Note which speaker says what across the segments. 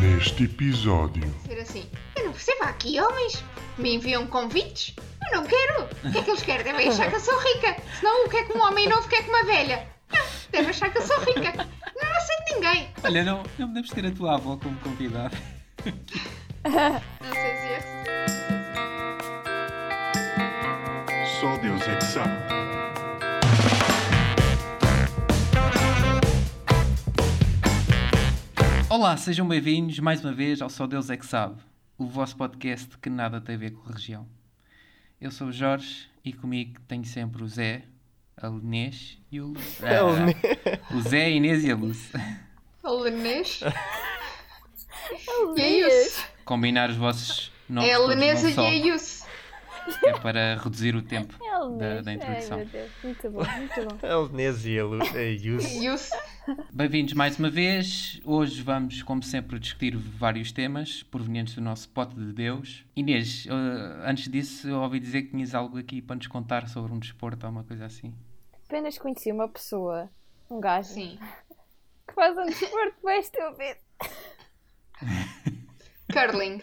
Speaker 1: Neste episódio,
Speaker 2: Dizer assim, eu não percebo há aqui homens que me enviam convites. Eu não quero. O que é que eles querem? Devem achar que eu sou rica. Senão o que é que um homem novo quer com uma velha? Não, devem achar que eu sou rica. Não, não aceito ninguém.
Speaker 3: Olha, não, não podemos ter a tua avó como convidada.
Speaker 2: Não sei se é.
Speaker 1: só Deus é que sabe.
Speaker 3: Olá, sejam bem-vindos mais uma vez ao Só Deus é que Sabe, o vosso podcast que nada tem a ver com região. Eu sou o Jorge e comigo tenho sempre o Zé, a Inês e o... Ah, o Zé, a Inês e a Luz.
Speaker 2: Alenês. E é a Yus.
Speaker 3: Combinar os vossos nomes
Speaker 2: É a
Speaker 3: todos
Speaker 2: Alenesa
Speaker 3: num
Speaker 2: e
Speaker 3: só,
Speaker 2: a Yus.
Speaker 3: é para reduzir o tempo
Speaker 4: É o
Speaker 3: da,
Speaker 4: Luís.
Speaker 3: da introdução.
Speaker 4: Ai, meu Deus. Muito bom, muito bom.
Speaker 5: É o Nez e a Lu- a Yus.
Speaker 2: Yus.
Speaker 3: Bem-vindos mais uma vez. Hoje vamos, como sempre, discutir vários temas provenientes do nosso pote de Deus. Inês, eh, antes disso, eu ouvi dizer que tinhas algo aqui para nos contar sobre um desporto ou uma coisa assim.
Speaker 4: Apenas conheci uma pessoa, um gajo,
Speaker 2: Sim.
Speaker 4: que faz um desporto bem estúpido.
Speaker 2: Curling.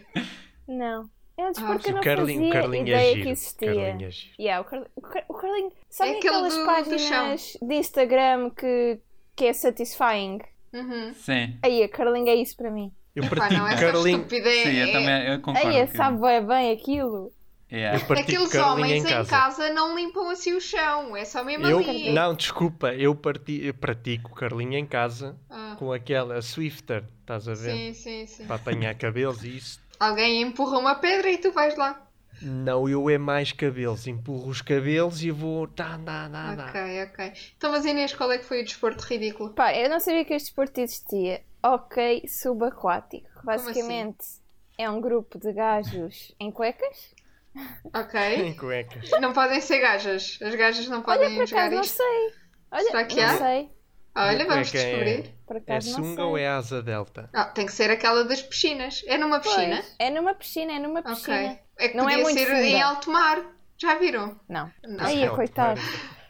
Speaker 4: Não. É um
Speaker 2: Ah,
Speaker 4: desporto que eu
Speaker 5: O
Speaker 4: não
Speaker 5: curling, o
Speaker 4: fazia
Speaker 5: curling é
Speaker 4: ideia
Speaker 5: giro.
Speaker 4: que
Speaker 5: O
Speaker 4: existia.
Speaker 5: curling é giro.
Speaker 4: Yeah, o, curling, o cur- o curling- Sabem
Speaker 2: É aquele
Speaker 4: aquelas
Speaker 2: do- do
Speaker 4: páginas de Instagram que, que é satisfying?
Speaker 2: Uhum.
Speaker 3: Sim,
Speaker 4: Aí, a curling é isso para mim.
Speaker 5: Eu
Speaker 2: Pá, não, é
Speaker 5: pratico
Speaker 2: essa é
Speaker 5: curling,
Speaker 2: estupidez.
Speaker 3: sim, eu também eu
Speaker 5: Um
Speaker 3: concordo. É.
Speaker 4: Aí,
Speaker 3: que-
Speaker 4: sabe bem, bem aquilo.
Speaker 3: Yeah.
Speaker 5: eu pratico
Speaker 2: É Aqueles
Speaker 5: curling
Speaker 2: homens
Speaker 5: em
Speaker 2: em casa.
Speaker 5: casa.
Speaker 2: não limpam assim o chão. É só mesmo ali.
Speaker 5: Eu, não, desculpa, eu, parti, eu pratico curling em casa
Speaker 2: Ah,
Speaker 5: com aquela Swifter, estás a ver?
Speaker 2: sim, sim, sim.
Speaker 5: Para apanhar cabelos e isso.
Speaker 2: Alguém empurra uma pedra e tu vais lá.
Speaker 5: Não, eu é mais cabelos. Empurro os cabelos e vou. Tá, dá, dá, dá.
Speaker 2: Ok, ok. Então, mas Inês, qual é que foi o desporto ridículo?
Speaker 4: Pá, eu não sabia que este desporto existia. Ok, subaquático.
Speaker 2: assim?
Speaker 4: Basicamente, é um grupo de gajos em cuecas.
Speaker 2: Ok.
Speaker 5: Em cuecas.
Speaker 2: Não podem ser gajas. As gajas não
Speaker 4: Olha,
Speaker 2: podem
Speaker 4: por
Speaker 2: jogar
Speaker 4: acaso não
Speaker 2: isto.
Speaker 4: sei. Olha,
Speaker 2: Será que
Speaker 4: não
Speaker 2: há?
Speaker 4: sei.
Speaker 2: Olha,
Speaker 5: Como
Speaker 2: vamos
Speaker 5: é que é?
Speaker 2: descobrir.
Speaker 4: Por
Speaker 5: É
Speaker 4: acaso não
Speaker 5: sunga
Speaker 4: sei.
Speaker 5: ou é asa delta?
Speaker 2: Ah, tem que ser aquela das piscinas. É numa
Speaker 4: Pois,
Speaker 2: piscina?
Speaker 4: é numa piscina, é numa piscina.
Speaker 2: Ok. É que
Speaker 4: Não é
Speaker 2: podia
Speaker 4: muito
Speaker 2: ser
Speaker 4: funda.
Speaker 2: em alto mar. Já viram?
Speaker 4: Não.
Speaker 2: Não.
Speaker 4: Aí,
Speaker 5: Não,
Speaker 4: é, coitado.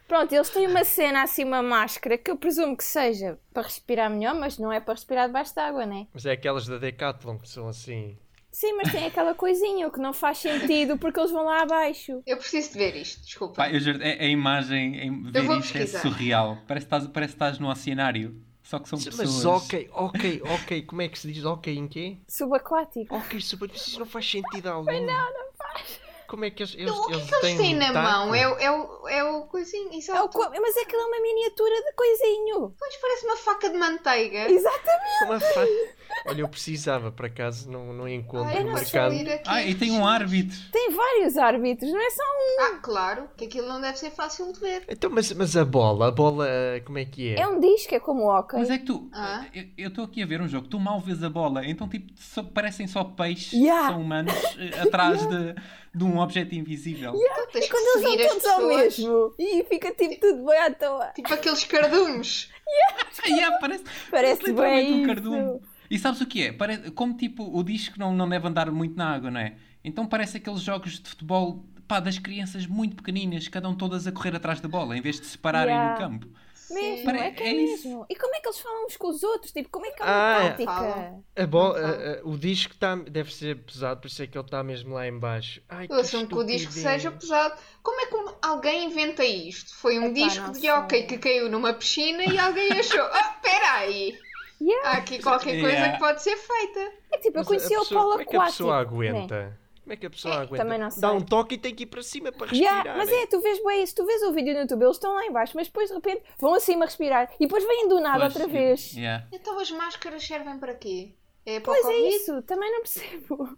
Speaker 4: Pronto, eles têm uma cena assim, uma máscara, que eu presumo que seja para respirar melhor, mas não é para respirar debaixo d'água, né?
Speaker 5: Mas é aquelas da Decathlon que são assim.
Speaker 4: Sim, mas tem aquela coisinha, o que não faz sentido, porque eles vão lá abaixo.
Speaker 2: Eu preciso de ver isto, desculpa.
Speaker 3: Pá, eu juro, a, a imagem, em ver
Speaker 2: vou
Speaker 3: isto
Speaker 2: pesquisar.
Speaker 3: é surreal. Parece que estás, parece que estás num oceanário, só que são pessoas.
Speaker 5: Mas ok, ok, ok. Como é que se diz ok em quê?
Speaker 4: Subaquático.
Speaker 5: Ok, super, mas isso não faz sentido algum. Pois não, não faz. Como é que eles, eles,
Speaker 2: o que é
Speaker 5: eles
Speaker 2: que eles têm
Speaker 5: um
Speaker 2: na
Speaker 5: taco?
Speaker 2: mão? É, o- é, o, é o coisinho. Isso é
Speaker 4: É o
Speaker 2: o...
Speaker 4: co- Mas aquilo é uma miniatura de coisinho.
Speaker 2: Pois parece uma faca de manteiga.
Speaker 4: Exatamente.
Speaker 5: Uma fa- é Olha, eu precisava, por acaso, não, não encontro
Speaker 2: Ai, eu
Speaker 5: no
Speaker 2: não sei
Speaker 5: mercado.
Speaker 2: ler aqui.
Speaker 3: Ah, e tem um árbitro.
Speaker 4: Tem vários árbitros, não é só um.
Speaker 2: Ah, claro, que aquilo não deve ser fácil de ver.
Speaker 5: Então, mas, mas a bola, a bola, como é que é?
Speaker 4: É um disco, é como o hóquei.
Speaker 3: Mas é que tu.
Speaker 2: Ah.
Speaker 3: eu- Eu estou aqui a ver um jogo, tu mal vês a bola, então tipo, só- parecem só peixes
Speaker 4: Yeah.
Speaker 3: que são humanos eh, atrás de, de um objeto invisível.
Speaker 2: Então, tens
Speaker 4: E
Speaker 2: que
Speaker 4: quando
Speaker 2: seguir
Speaker 4: eles
Speaker 2: as
Speaker 4: vão todos ao
Speaker 2: pessoas.
Speaker 4: mesmo. E fica tipo tudo bem à toa.
Speaker 2: Tipo aqueles cardumes.
Speaker 3: Ah, yeah, parece,
Speaker 4: Parece
Speaker 3: literalmente
Speaker 4: bem
Speaker 3: um
Speaker 4: isso.
Speaker 3: cardume. E sabes o que é? Parece, como tipo, o disco não, não deve andar muito na água, não é? Então parece aqueles jogos de futebol pá, das crianças muito pequeninas, cada um todas a correr atrás da bola, em vez de se separarem
Speaker 4: Yeah.
Speaker 3: no campo.
Speaker 4: Mesmo,
Speaker 3: Pare-
Speaker 4: é que é,
Speaker 3: é isso.
Speaker 4: mesmo. E como é que eles falam uns com os outros? Tipo, como é que é
Speaker 5: Ah,
Speaker 4: uma
Speaker 5: é.
Speaker 4: tática?
Speaker 2: Falam.
Speaker 5: A bola, a- a- o disco tá, deve ser pesado, por isso é que ele está mesmo lá em baixo. Ai, que
Speaker 2: Eu assumo que o disco
Speaker 5: estupidez.
Speaker 2: seja pesado. Como é que um- alguém inventa isto? Foi um
Speaker 4: Epá,
Speaker 2: disco
Speaker 4: não
Speaker 2: de
Speaker 4: sei.
Speaker 2: hóquei que caiu numa piscina e alguém achou: Ah, peraí,
Speaker 4: Yeah.
Speaker 2: há aqui qualquer coisa
Speaker 3: Yeah.
Speaker 2: que pode ser feita.
Speaker 4: É tipo, eu
Speaker 5: Mas a-
Speaker 4: conhecia
Speaker 5: a
Speaker 4: o
Speaker 5: pessoa-
Speaker 4: Paulo
Speaker 5: Como é que a
Speaker 4: Aquático.
Speaker 5: pessoa
Speaker 4: né?
Speaker 5: aguenta? Como é que a pessoa
Speaker 4: É,
Speaker 5: aguenta?
Speaker 4: também não sei.
Speaker 5: Dá um toque e tem que ir para cima para respirar. né?
Speaker 4: Yeah, mas é, tu vês bem isso, tu vês o vídeo no YouTube, eles estão lá em baixo, mas depois de repente vão acima respirar e depois vêm do nada
Speaker 3: Pois,
Speaker 4: Ah, outra vez.
Speaker 3: yeah.
Speaker 2: Então as máscaras servem para quê? É para
Speaker 4: Pois
Speaker 2: o
Speaker 4: é
Speaker 2: Covid?
Speaker 4: isso, também não percebo.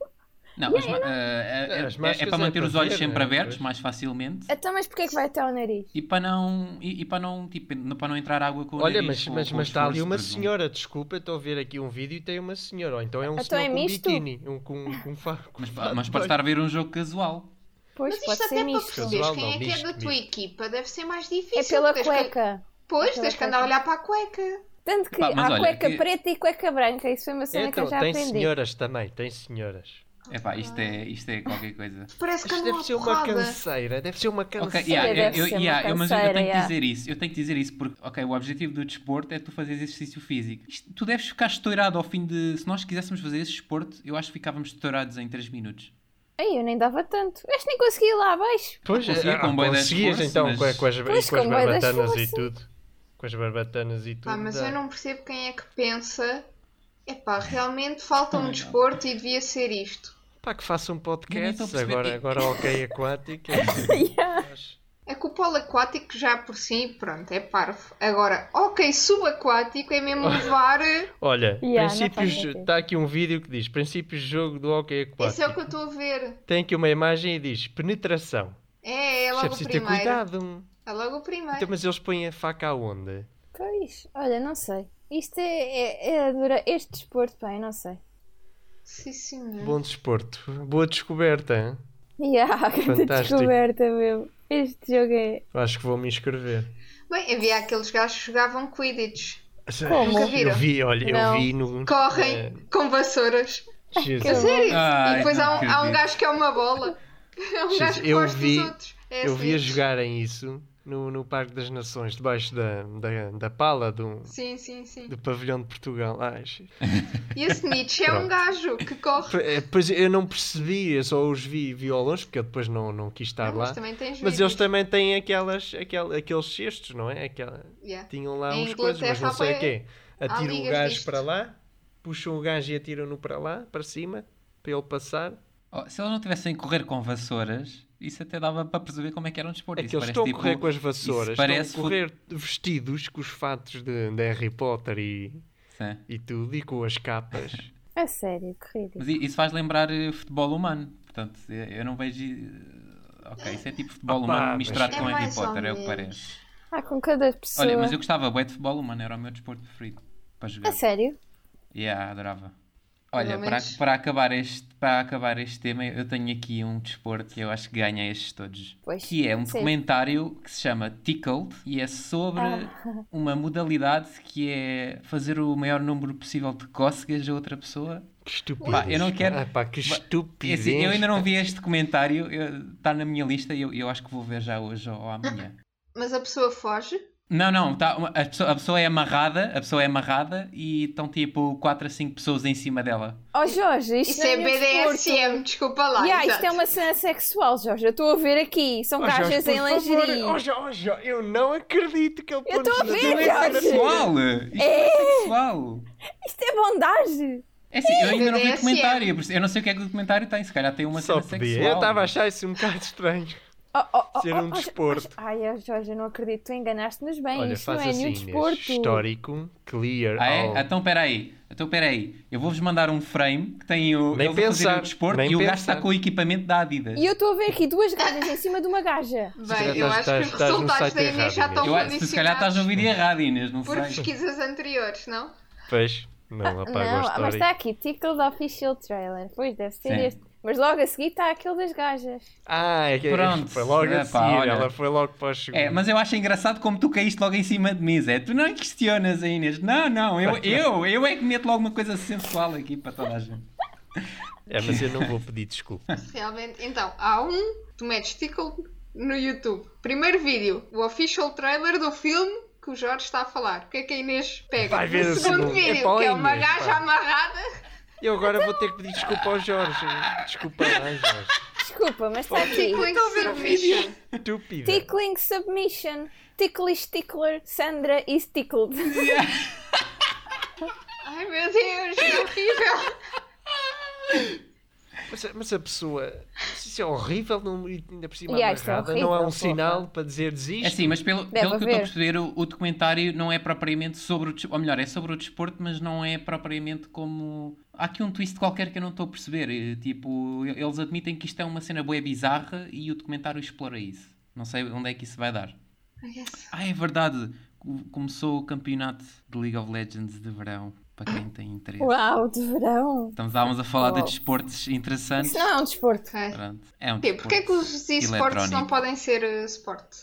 Speaker 3: Não, as ma- eh, eh,
Speaker 5: As
Speaker 3: é- é,
Speaker 5: máscaras
Speaker 3: para
Speaker 5: é
Speaker 3: manter
Speaker 5: para
Speaker 3: os olhos
Speaker 5: ver,
Speaker 3: sempre
Speaker 5: né?
Speaker 3: abertos,
Speaker 5: Pois.
Speaker 3: mais facilmente.
Speaker 4: Então, mas porquê é que vai até ao nariz?
Speaker 3: E para não, e, e para não, tipo, não- para não entrar água com o
Speaker 5: Olha,
Speaker 3: nariz,
Speaker 5: mas,
Speaker 3: com-
Speaker 5: mas,
Speaker 3: com
Speaker 5: mas
Speaker 3: os
Speaker 5: está ali
Speaker 3: furos de
Speaker 5: uma
Speaker 3: presunto.
Speaker 5: senhora, desculpa, estou a ver aqui um vídeo e tem uma senhora. Ou então é um
Speaker 4: Então
Speaker 5: senhor
Speaker 4: é
Speaker 5: com um
Speaker 4: misto?
Speaker 5: biquíni, um, com, com fa- com
Speaker 3: Mas,
Speaker 5: fato
Speaker 3: mas pode
Speaker 5: de banho.
Speaker 3: estar a ver um jogo casual.
Speaker 4: Pois
Speaker 2: Mas isto
Speaker 4: pode
Speaker 2: até
Speaker 4: ser
Speaker 2: para
Speaker 4: misto.
Speaker 2: perceberes
Speaker 5: Casual
Speaker 2: quem
Speaker 5: não,
Speaker 2: é que é
Speaker 5: misto,
Speaker 2: da tua
Speaker 5: misto.
Speaker 2: equipa deve ser mais
Speaker 4: É
Speaker 2: difícil.
Speaker 4: pela
Speaker 2: tens Que...
Speaker 4: cueca. É
Speaker 2: Pois,
Speaker 4: Pela
Speaker 2: tens que andar a
Speaker 4: cueca.
Speaker 2: olhar para a cueca.
Speaker 4: Tanto que
Speaker 3: Pá, mas
Speaker 4: há
Speaker 3: olha,
Speaker 4: cueca
Speaker 3: que-
Speaker 4: preta e cueca branca, isso foi uma cena que
Speaker 5: Então,
Speaker 4: eu já
Speaker 5: tem
Speaker 4: aprendi.
Speaker 5: senhoras também, tem senhoras.
Speaker 3: Epá, isto é, isto é qualquer coisa.
Speaker 2: Parece que
Speaker 5: Isto
Speaker 2: anda
Speaker 5: deve
Speaker 2: uma
Speaker 5: ser uma
Speaker 2: porrada.
Speaker 5: canseira, deve ser uma
Speaker 3: Ok,
Speaker 5: canseira.
Speaker 3: yeah,
Speaker 4: deve
Speaker 3: eu,
Speaker 4: ser
Speaker 3: eu,
Speaker 4: uma
Speaker 3: yeah, eu- mas eu tenho
Speaker 4: canseira,
Speaker 3: que
Speaker 4: yeah.
Speaker 3: dizer isso. Eu tenho que dizer isso porque, ok, o objetivo do desporto é tu fazeres exercício físico. Isto- tu deves ficar estourado ao fim de. Se nós quiséssemos fazer esse desporto, eu acho que ficávamos estourados em 3 minutos.
Speaker 4: Ai, eu nem dava tanto. Este nem consegui ir lá abaixo.
Speaker 5: Pois,
Speaker 3: Conseguia
Speaker 5: ah,
Speaker 3: com bué de
Speaker 5: conseguias
Speaker 3: esforço,
Speaker 5: então
Speaker 3: mas-
Speaker 5: com, com as,
Speaker 4: Pois,
Speaker 5: com as
Speaker 4: com bué de
Speaker 5: barbatanas e
Speaker 4: esforço.
Speaker 5: tudo. Com as barbatanas e tudo.
Speaker 2: Pá, Ah, mas
Speaker 5: dá.
Speaker 2: eu não percebo quem é que pensa. Epá, realmente falta um desporto e devia ser isto.
Speaker 5: Pá, que faça
Speaker 3: Eu
Speaker 5: um
Speaker 3: nem tô a
Speaker 5: podcast
Speaker 3: perceber.
Speaker 5: agora, agora ok aquático. é assim.
Speaker 4: Yeah.
Speaker 2: É que o polo aquático já por si, pronto, é parvo. Agora, ok, subaquático é mesmo levar. eh,
Speaker 5: Olha,
Speaker 4: Yeah, não faz
Speaker 5: princípios.
Speaker 4: sentido.
Speaker 5: Está aqui um vídeo que diz: princípios de jogo do hockey aquático.
Speaker 2: Isso é o que eu estou a ver.
Speaker 5: Tem aqui uma imagem e diz: penetração.
Speaker 2: É, é
Speaker 5: Isto é
Speaker 2: logo o
Speaker 5: preciso ter
Speaker 2: primeiro.
Speaker 5: cuidado.
Speaker 2: É logo o
Speaker 5: Então,
Speaker 2: primeiro.
Speaker 5: mas eles põem a faca à onda.
Speaker 4: Pois, olha, não sei. Isto é, é, é adora- este desporto, pá, eu não sei.
Speaker 2: Sim, senhor.
Speaker 5: Bom desporto. Boa descoberta. hein?
Speaker 4: Yeah, grande
Speaker 5: Fantástico.
Speaker 4: descoberta mesmo. Este jogo é.
Speaker 5: Eu Acho que vou me inscrever.
Speaker 2: Bem, havia aqueles gajos que jogavam Quidditch.
Speaker 4: Como?
Speaker 2: Nunca viram?
Speaker 5: Eu vi, olha,
Speaker 4: Não.
Speaker 5: eu vi no.
Speaker 2: Correm com vassouras.
Speaker 5: É, Jesus.
Speaker 2: A sério?
Speaker 3: Ai,
Speaker 2: e depois
Speaker 3: não
Speaker 2: há um, há um
Speaker 3: acredito.
Speaker 2: gajo que é uma bola. É um
Speaker 5: Gente,
Speaker 2: gajo que
Speaker 5: eu
Speaker 2: gosta
Speaker 5: vi-
Speaker 2: dos outros. É
Speaker 5: Eu vi a
Speaker 2: assim.
Speaker 5: jogarem isso no, no Parque das Nações, debaixo da, da, da pala do,
Speaker 2: Sim, sim, sim.
Speaker 5: do pavilhão de Portugal. Ah, é Ai, che-
Speaker 2: E esse Nietzsche é um
Speaker 5: Pronto.
Speaker 2: gajo que corre.
Speaker 5: P- eh, Pois eu não percebi, eu só os vi, vi ao longe, porque eu depois não, não quis estar
Speaker 2: Não,
Speaker 5: Tá lá.
Speaker 2: Mas também tens
Speaker 5: Mas
Speaker 2: vídeos.
Speaker 5: eles também têm aquelas, aquela, aqueles cestos, não é? Aquela,
Speaker 2: Yeah.
Speaker 5: tinham lá
Speaker 2: Em
Speaker 5: uns coisas, mas
Speaker 2: Inglaterra
Speaker 5: não sei
Speaker 2: há
Speaker 5: o quê. Atiram o
Speaker 2: ligas
Speaker 5: gajo
Speaker 2: disto.
Speaker 5: para lá, puxam o gajo e atiram-no para lá, para cima, para ele passar.
Speaker 3: Oh, se eles não tivessem a correr com vassouras, isso até dava para perceber como é que era um desporto.
Speaker 5: É que
Speaker 3: Isso
Speaker 5: eles
Speaker 3: parece
Speaker 5: estão
Speaker 3: tipo-
Speaker 5: a correr com as
Speaker 3: isso
Speaker 5: vassouras,
Speaker 3: parece
Speaker 5: estão a correr vestidos com os fatos de, de Harry Potter e,
Speaker 3: fut- Sim.
Speaker 5: e tudo, e com as capas.
Speaker 4: A sério, que ridículo.
Speaker 3: Mas i- isso faz lembrar eh, futebol humano. Portanto, eh, eu não vejo. eh, Ok, isso é tipo futebol
Speaker 5: Opa,
Speaker 3: humano
Speaker 5: mas-
Speaker 3: misturado
Speaker 2: É
Speaker 3: com Harry
Speaker 2: mais ou
Speaker 3: Potter, é o que
Speaker 2: menos.
Speaker 3: parece.
Speaker 4: Ah, com cada pessoa.
Speaker 3: Olha, mas eu gostava bué de futebol humano, era o meu desporto preferido para jogar.
Speaker 4: A sério?
Speaker 3: Yeah, adorava. Olha,
Speaker 2: É Pelo
Speaker 3: para,
Speaker 2: menos-
Speaker 3: para acabar este, para acabar este tema, eu tenho aqui um desporto que eu acho que ganha estes todos.
Speaker 4: Pois,
Speaker 3: que é um
Speaker 4: sim.
Speaker 3: documentário que se chama Tickled e é sobre
Speaker 2: Ah.
Speaker 3: uma modalidade que é fazer o maior número possível de cócegas a outra pessoa.
Speaker 5: Que estúpido.
Speaker 3: Pá, eu não quero-
Speaker 5: Ah, pá, que
Speaker 3: Pá,
Speaker 5: estupidez.
Speaker 3: É assim, eu
Speaker 5: tá?
Speaker 3: ainda não vi este documentário, está na minha lista e eu, eu acho que vou ver já hoje ou, ou amanhã.
Speaker 2: Mas a pessoa foge.
Speaker 3: Não, não, tá, uma- a, pessoa, a pessoa é amarrada, a pessoa é amarrada e estão tipo 4 a 5 pessoas em cima dela.
Speaker 4: Oh Jorge, isto,
Speaker 2: Isso
Speaker 4: não
Speaker 2: é
Speaker 4: nenhum desporto.
Speaker 2: BDSM, desculpa lá.
Speaker 4: Yeah, isto
Speaker 2: exato.
Speaker 4: é uma cena sexual, Jorge. Eu estou a ver aqui. São
Speaker 5: Oh, Jorge,
Speaker 4: gajas em
Speaker 5: por favor.
Speaker 4: lingerie.
Speaker 5: Oh, Jorge, oh, eu não acredito que ele
Speaker 4: Eu estou a
Speaker 5: pôs-
Speaker 4: ver,
Speaker 5: Não é
Speaker 4: Jorge.
Speaker 3: Sexual! Isto é sexual!
Speaker 4: Isto é bondage.
Speaker 3: É assim, eu ainda não vi o
Speaker 2: DSM.
Speaker 3: documentário, por isso- eu não sei o que é que o documentário tem, se calhar tem uma
Speaker 5: Só
Speaker 3: cena
Speaker 5: podia.
Speaker 3: sexual.
Speaker 5: Eu estava a achar isso um bocado estranho.
Speaker 4: Oh, oh, oh,
Speaker 5: Ser um
Speaker 4: oh, oh, Jo-
Speaker 5: desporto.
Speaker 4: oh, Jo- Ai, oh, Jorge, eu não acredito. Tu enganaste-nos bem.
Speaker 5: Olha,
Speaker 4: isto não
Speaker 5: faz
Speaker 4: é
Speaker 5: assim,
Speaker 4: nenhum
Speaker 5: Inês.
Speaker 4: desporto.
Speaker 5: histórico, clear.
Speaker 3: Ah,
Speaker 5: all.
Speaker 3: é? Então peraí, então peraí. Eu vou-vos mandar um frame que tem o.
Speaker 5: Nem
Speaker 3: eu vou fazer
Speaker 5: pensar,
Speaker 3: o desporto
Speaker 5: nem
Speaker 3: e o gajo
Speaker 5: pensar.
Speaker 3: está com o equipamento da Adidas.
Speaker 4: E eu estou a ver aqui duas gajas em cima de uma gaja.
Speaker 5: Se calhar
Speaker 2: Bem, eu
Speaker 5: estás-
Speaker 2: acho que
Speaker 5: estás-
Speaker 2: os
Speaker 5: estás no
Speaker 2: resultados
Speaker 5: site
Speaker 2: da Inês já
Speaker 5: errado,
Speaker 2: estão
Speaker 3: Eu acho que tu se calhar estás a
Speaker 2: condicionados
Speaker 3: ouvir errado, Inês, não
Speaker 2: por
Speaker 3: sei.
Speaker 2: pesquisas anteriores, não?
Speaker 5: Pois, não apaga o
Speaker 4: não, mas está
Speaker 5: histórico.
Speaker 4: aqui. Tickled Official Trailer. Pois, deve ser
Speaker 3: Sim.
Speaker 4: este. Mas logo a seguir está aquele das gajas.
Speaker 5: Ah, é que
Speaker 3: Pronto,
Speaker 5: foi logo a
Speaker 3: é pá,
Speaker 5: seguir.
Speaker 3: olha.
Speaker 5: Ela foi logo para o segundo.
Speaker 3: É, mas eu acho engraçado como tu caíste logo em cima de mim, Zé. Tu não questionas a Inês. Não, não, eu, eu, eu é que meto logo uma coisa sensual aqui para toda a gente.
Speaker 5: É, mas eu não vou pedir desculpa.
Speaker 2: Realmente. Então, há um, tu metes tickle no YouTube. Primeiro vídeo, o official trailer do filme que o Jorge está a falar. O que é que a Inês pega?
Speaker 5: Vai ver
Speaker 2: no
Speaker 5: o
Speaker 2: segundo
Speaker 5: segundo.
Speaker 2: vídeo,
Speaker 5: É para a
Speaker 2: que é uma
Speaker 5: Inês,
Speaker 2: gaja
Speaker 5: pá.
Speaker 2: amarrada.
Speaker 5: Eu agora vou ter que pedir desculpa ao Jorge. Desculpa lá, Jorge.
Speaker 4: Desculpa, mas está aqui.
Speaker 2: Tickling submission.
Speaker 5: Estúpida.
Speaker 4: Tickling Submission. Ticklish Tickler. Sandra is tickled.
Speaker 2: Ai meu Deus, que horrível.
Speaker 5: Mas, a- mas a pessoa, isso é horrível, não, e ainda por cima
Speaker 4: Yeah, isto é
Speaker 5: amarrada, não há um
Speaker 4: horrível,
Speaker 5: sinal
Speaker 4: porra.
Speaker 5: para dizer
Speaker 3: É
Speaker 5: desiste.
Speaker 3: assim, mas pelo,
Speaker 4: Deve
Speaker 3: pelo que eu estou a
Speaker 4: haver.
Speaker 3: perceber, o, o documentário não é propriamente sobre o desporto, ou melhor, é sobre o desporto, mas não é propriamente como. Há aqui um twist qualquer que eu não estou a perceber. eh, Tipo, e- eles admitem que isto é uma cena boa bizarra e o documentário explora isso. Não sei onde é que isso vai dar. Ah, é verdade. co- Começou o campeonato de League of Legends de verão, para quem tem interesse.
Speaker 4: Uau, de verão.
Speaker 3: Estávamos a falar de
Speaker 4: Uau.
Speaker 3: desportos interessantes.
Speaker 4: Isso não é um desporto.
Speaker 2: Ok.
Speaker 3: Pronto, é um
Speaker 2: Porquê? Porquê que os
Speaker 3: desporto
Speaker 2: esportes não
Speaker 3: eletrónico.
Speaker 2: podem ser eh, esporte?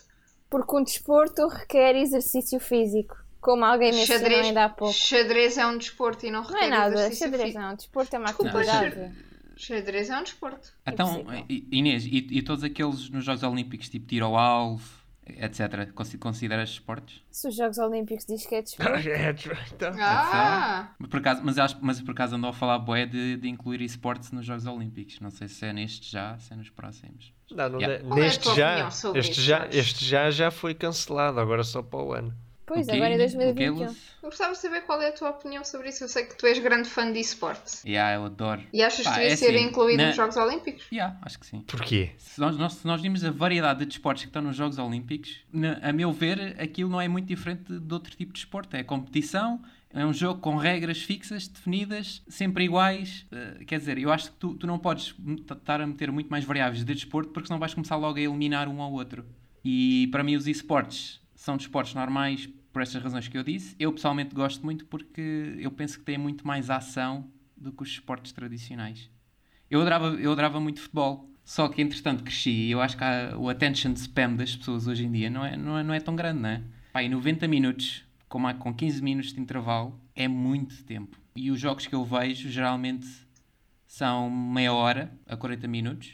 Speaker 4: Porque um desporto requer exercício físico, como alguém mencionou ainda há pouco.
Speaker 2: xadrez é um desporto e não
Speaker 4: Não é
Speaker 2: requer
Speaker 4: nada,
Speaker 2: exercício
Speaker 4: xadrez
Speaker 2: físico.
Speaker 4: não, desporto é uma
Speaker 2: Desculpa,
Speaker 4: atividade.
Speaker 2: Xadrez é um desporto.
Speaker 3: Então,
Speaker 4: Impossível.
Speaker 3: I- Inês, e, e todos aqueles nos Jogos Olímpicos, tipo tiro ao alvo, etc., consi- consideras esportes?
Speaker 4: Se os Jogos Olímpicos diz que é desporto,
Speaker 3: assim.
Speaker 5: É, então.
Speaker 2: Ah!
Speaker 3: Mas Por acaso, mas, acho- mas por acaso andou a falar boé de, de incluir esportes nos Jogos Olímpicos. Não sei se é neste já, se é nos próximos.
Speaker 5: Não, não
Speaker 3: Yeah.
Speaker 5: dá-
Speaker 2: Qual é a
Speaker 5: Neste
Speaker 2: tua
Speaker 5: já,
Speaker 2: opinião sobre
Speaker 5: este
Speaker 2: isso,
Speaker 5: já,
Speaker 2: Jorge?
Speaker 5: este já já foi cancelado, agora só para o ano.
Speaker 4: pois,
Speaker 3: O quê,
Speaker 4: agora é
Speaker 3: Inês? O quê,
Speaker 4: 2021.
Speaker 3: Luz?
Speaker 2: Eu gostava de saber qual é a tua opinião sobre isso. Eu sei que tu és grande fã de esportes.
Speaker 4: um.
Speaker 3: Yeah, eu adoro.
Speaker 2: E achas
Speaker 3: Pá,
Speaker 2: que devia
Speaker 3: é
Speaker 2: ser
Speaker 3: assim,
Speaker 2: incluído
Speaker 3: na-
Speaker 2: nos Jogos Olímpicos?
Speaker 3: Yeah, acho que sim.
Speaker 5: Porquê?
Speaker 3: Se nós, nós, se nós vimos a variedade de desportos que estão nos Jogos Olímpicos, na- a meu ver, aquilo não é muito diferente de outro tipo de desporto. É competição, é um jogo com regras fixas, definidas, sempre iguais. Eh, quer dizer, eu acho que tu, tu não podes m- t- estar a meter muito mais variáveis de desporto porque senão vais começar logo a eliminar um ao outro. E para mim, os esportes são desportos normais por estas razões que eu disse. Eu pessoalmente gosto muito porque eu penso que tem muito mais ação do que os esportes tradicionais. Eu adorava, eu adorava muito futebol. Só que, entretanto, cresci e eu acho que há- o attention spam das pessoas hoje em dia não é, não é, não é tão grande, não é? Pá, e 90 minutos, como há, com 15 minutos de intervalo, é muito tempo. E os jogos que eu vejo, geralmente, são meia hora a 40 minutos.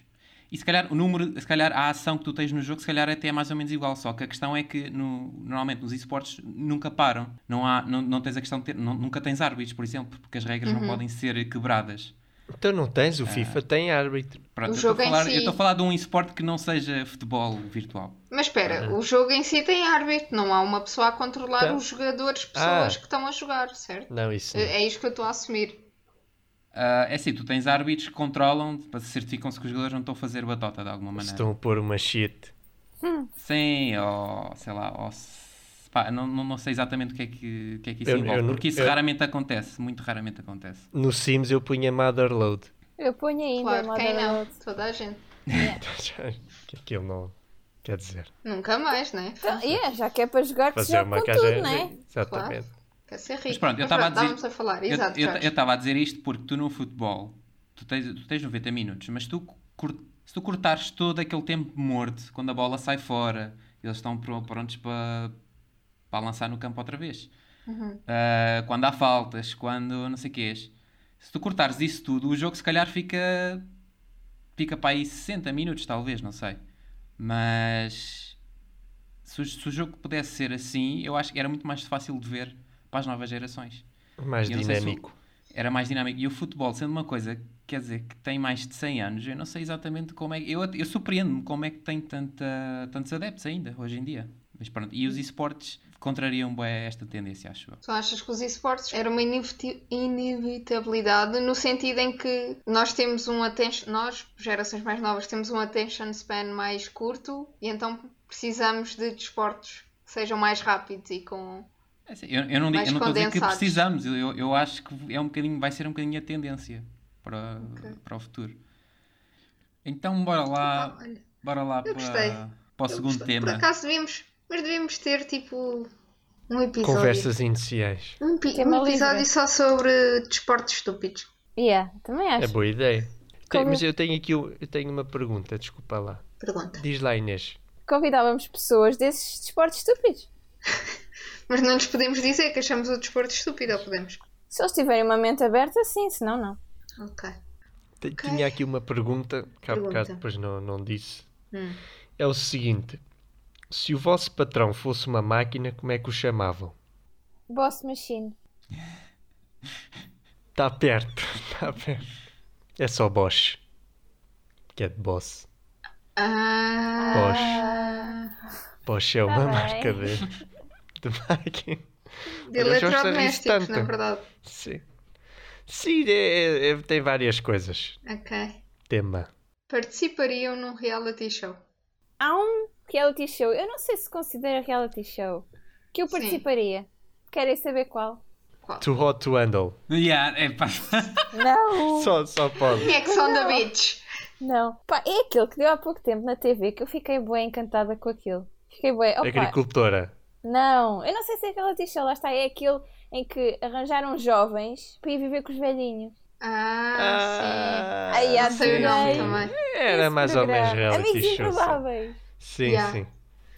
Speaker 3: E se calhar o número, se calhar a ação que tu tens no jogo, se calhar até é mais ou menos igual. Só que a questão é que no- normalmente nos esportes nunca param. Não, há, não, não tens a questão de ter, não- nunca tens árbitros, por exemplo, porque as regras não podem ser quebradas.
Speaker 5: Então não tens,
Speaker 3: Ah.
Speaker 5: o FIFA tem árbitro.
Speaker 3: Pronto,
Speaker 2: O
Speaker 3: eu estou
Speaker 2: jogo em
Speaker 3: a falar,
Speaker 2: si.
Speaker 3: eu estou a falar de um esporte que não seja futebol virtual.
Speaker 2: Mas espera,
Speaker 3: Ah.
Speaker 2: o jogo em si tem árbitro, não há uma pessoa a controlar
Speaker 3: Então.
Speaker 5: Tá.
Speaker 2: os jogadores, pessoas
Speaker 5: Ah.
Speaker 2: que estão a jogar, certo?
Speaker 5: Não, isso não.
Speaker 2: É é isto que eu estou a assumir.
Speaker 3: Ah, é assim, tu tens árbitros que controlam, para- certificam-se que os jogadores não estão a fazer batota de
Speaker 2: É.
Speaker 3: alguma maneira.
Speaker 5: Estão a pôr uma shit.
Speaker 3: Sim, ou sei lá, ou se- pá, não, não, não sei exatamente o que é que, o que, é que isso
Speaker 5: Eu- eu
Speaker 3: envolve,
Speaker 5: não-
Speaker 3: porque isso
Speaker 5: eu-
Speaker 3: raramente acontece, muito raramente acontece.
Speaker 5: No Sims eu punha Motherload.
Speaker 4: um. Eu ponho ainda
Speaker 2: Claro, quem não?
Speaker 4: Motherload.
Speaker 2: Toda a gente.
Speaker 5: que aquilo não quer dizer.
Speaker 2: Nunca mais, né?
Speaker 4: Então, yeah, já que é para jogar, que se
Speaker 5: Fazer
Speaker 4: joga
Speaker 5: uma
Speaker 4: com
Speaker 5: caixa.
Speaker 4: tudo, não é?
Speaker 5: Exatamente.
Speaker 2: Quer ser rico.
Speaker 3: Mas pronto, eu estava a dizer-
Speaker 2: estávamos a falar,
Speaker 3: Eu-
Speaker 2: exato.
Speaker 3: eu
Speaker 2: Jorge.
Speaker 3: eu estava a dizer isto porque tu no futebol, tu tens, tu tens 90 minutos, mas tu cur- se tu cortares todo aquele tempo morto, quando a bola sai fora, eles estão pro- prontos para para lançar no campo outra vez. Ah, quando há faltas, quando não sei o que Se tu cortares isso tudo, o jogo se calhar fica fica para aí 60 minutos, talvez, não sei. Mas se o, se o jogo pudesse ser assim, eu acho que era muito mais fácil de ver para as novas gerações
Speaker 5: Mais
Speaker 3: Eu não sei se o-
Speaker 5: dinâmico.
Speaker 3: era mais dinâmico. E o futebol, sendo uma coisa, quer dizer, que tem mais de 100 anos, eu não sei exatamente como é que. Eu, eu surpreendo-me como é que tem tanta, tantos adeptos ainda, hoje em dia. Mas pronto, e
Speaker 2: Uhum.
Speaker 3: os esportes contrariam bem esta tendência, acho eu.
Speaker 2: Tu achas que os esportes era uma ineviti- inevitabilidade no sentido em que nós temos um attention, nós, gerações mais novas, temos um attention span mais curto e então precisamos de desportos que sejam mais rápidos e com.
Speaker 3: É assim, eu, eu não digo-
Speaker 2: Mais
Speaker 3: eu não estou a dizer que
Speaker 2: condensados.
Speaker 3: precisamos, eu- eu, eu acho que é um bocadinho, vai ser um bocadinho a tendência para,
Speaker 2: Ok.
Speaker 3: para o futuro. Então, bora lá,
Speaker 2: Ah, olha,
Speaker 3: bora lá
Speaker 2: eu gostei.
Speaker 3: para, para o
Speaker 2: eu
Speaker 3: segundo
Speaker 2: gostei.
Speaker 3: tema.
Speaker 2: Por acaso devíamos, mas devíamos ter tipo um episódio.
Speaker 5: Conversas iniciais.
Speaker 2: Um, pi-
Speaker 4: Tema
Speaker 2: um episódio
Speaker 4: livre.
Speaker 2: só sobre desportos estúpidos.
Speaker 4: Yeah, também
Speaker 5: É
Speaker 4: acho.
Speaker 5: boa ideia. Tem-
Speaker 4: Como-
Speaker 5: mas eu tenho aqui o- eu tenho uma pergunta, desculpa lá.
Speaker 2: Pergunta.
Speaker 5: Diz lá, Inês.
Speaker 4: Convidávamos pessoas desses desportos estúpidos.
Speaker 2: Mas não nos podemos dizer que achamos o desporto estúpido, ou podemos?
Speaker 4: Se eles tiverem uma mente aberta, sim, senão não.
Speaker 2: Ok.
Speaker 5: Te-
Speaker 2: Ok.
Speaker 5: Tinha aqui uma pergunta que há bocado
Speaker 2: Pergunta.
Speaker 5: depois não, não disse.
Speaker 2: Hum.
Speaker 5: É o seguinte: se o vosso patrão fosse uma máquina, como é que o chamavam?
Speaker 4: Boss Machine.
Speaker 5: Está Tá perto, está perto. É só Bosch. Que é de Boss.
Speaker 2: Ah,
Speaker 5: Bosch. Bosch é uma
Speaker 4: Ah. Tá
Speaker 5: marca
Speaker 4: bem.
Speaker 5: de, de máquina.
Speaker 2: de
Speaker 5: Olha, já está
Speaker 2: eletrodomésticos, na
Speaker 5: distante.
Speaker 2: é verdade.
Speaker 5: Sim. Sim, é- é- é- tem várias coisas.
Speaker 2: Ok.
Speaker 5: Tema.
Speaker 2: Participariam num reality show.
Speaker 4: Há um reality show, eu não sei se considera reality show, que eu
Speaker 2: Sim.
Speaker 4: participaria. Querem saber qual?
Speaker 5: Too hot to handle.
Speaker 3: Yeah, é pá.
Speaker 4: Não!
Speaker 5: Só, só pode.
Speaker 2: Quem é que são da bitch?
Speaker 4: Não. Pá, é aquele que deu há pouco tempo na TV que eu fiquei bem encantada com aquilo. Fiquei bem.
Speaker 5: É
Speaker 4: Opa,
Speaker 5: Agricultora.
Speaker 4: Não, eu não sei se é reality show, lá está. É aquele em que arranjaram jovens para ir viver com os velhinhos.
Speaker 2: Ah,
Speaker 4: Ai,
Speaker 2: sim. Não
Speaker 4: ah,
Speaker 2: sei o nome
Speaker 4: adorei.
Speaker 2: também.
Speaker 5: Era
Speaker 4: Esse
Speaker 5: mais ou menos
Speaker 4: programa. Amigos
Speaker 5: reality show. sim.
Speaker 4: Improváveis.
Speaker 5: Sim,
Speaker 2: Yeah.
Speaker 5: sim.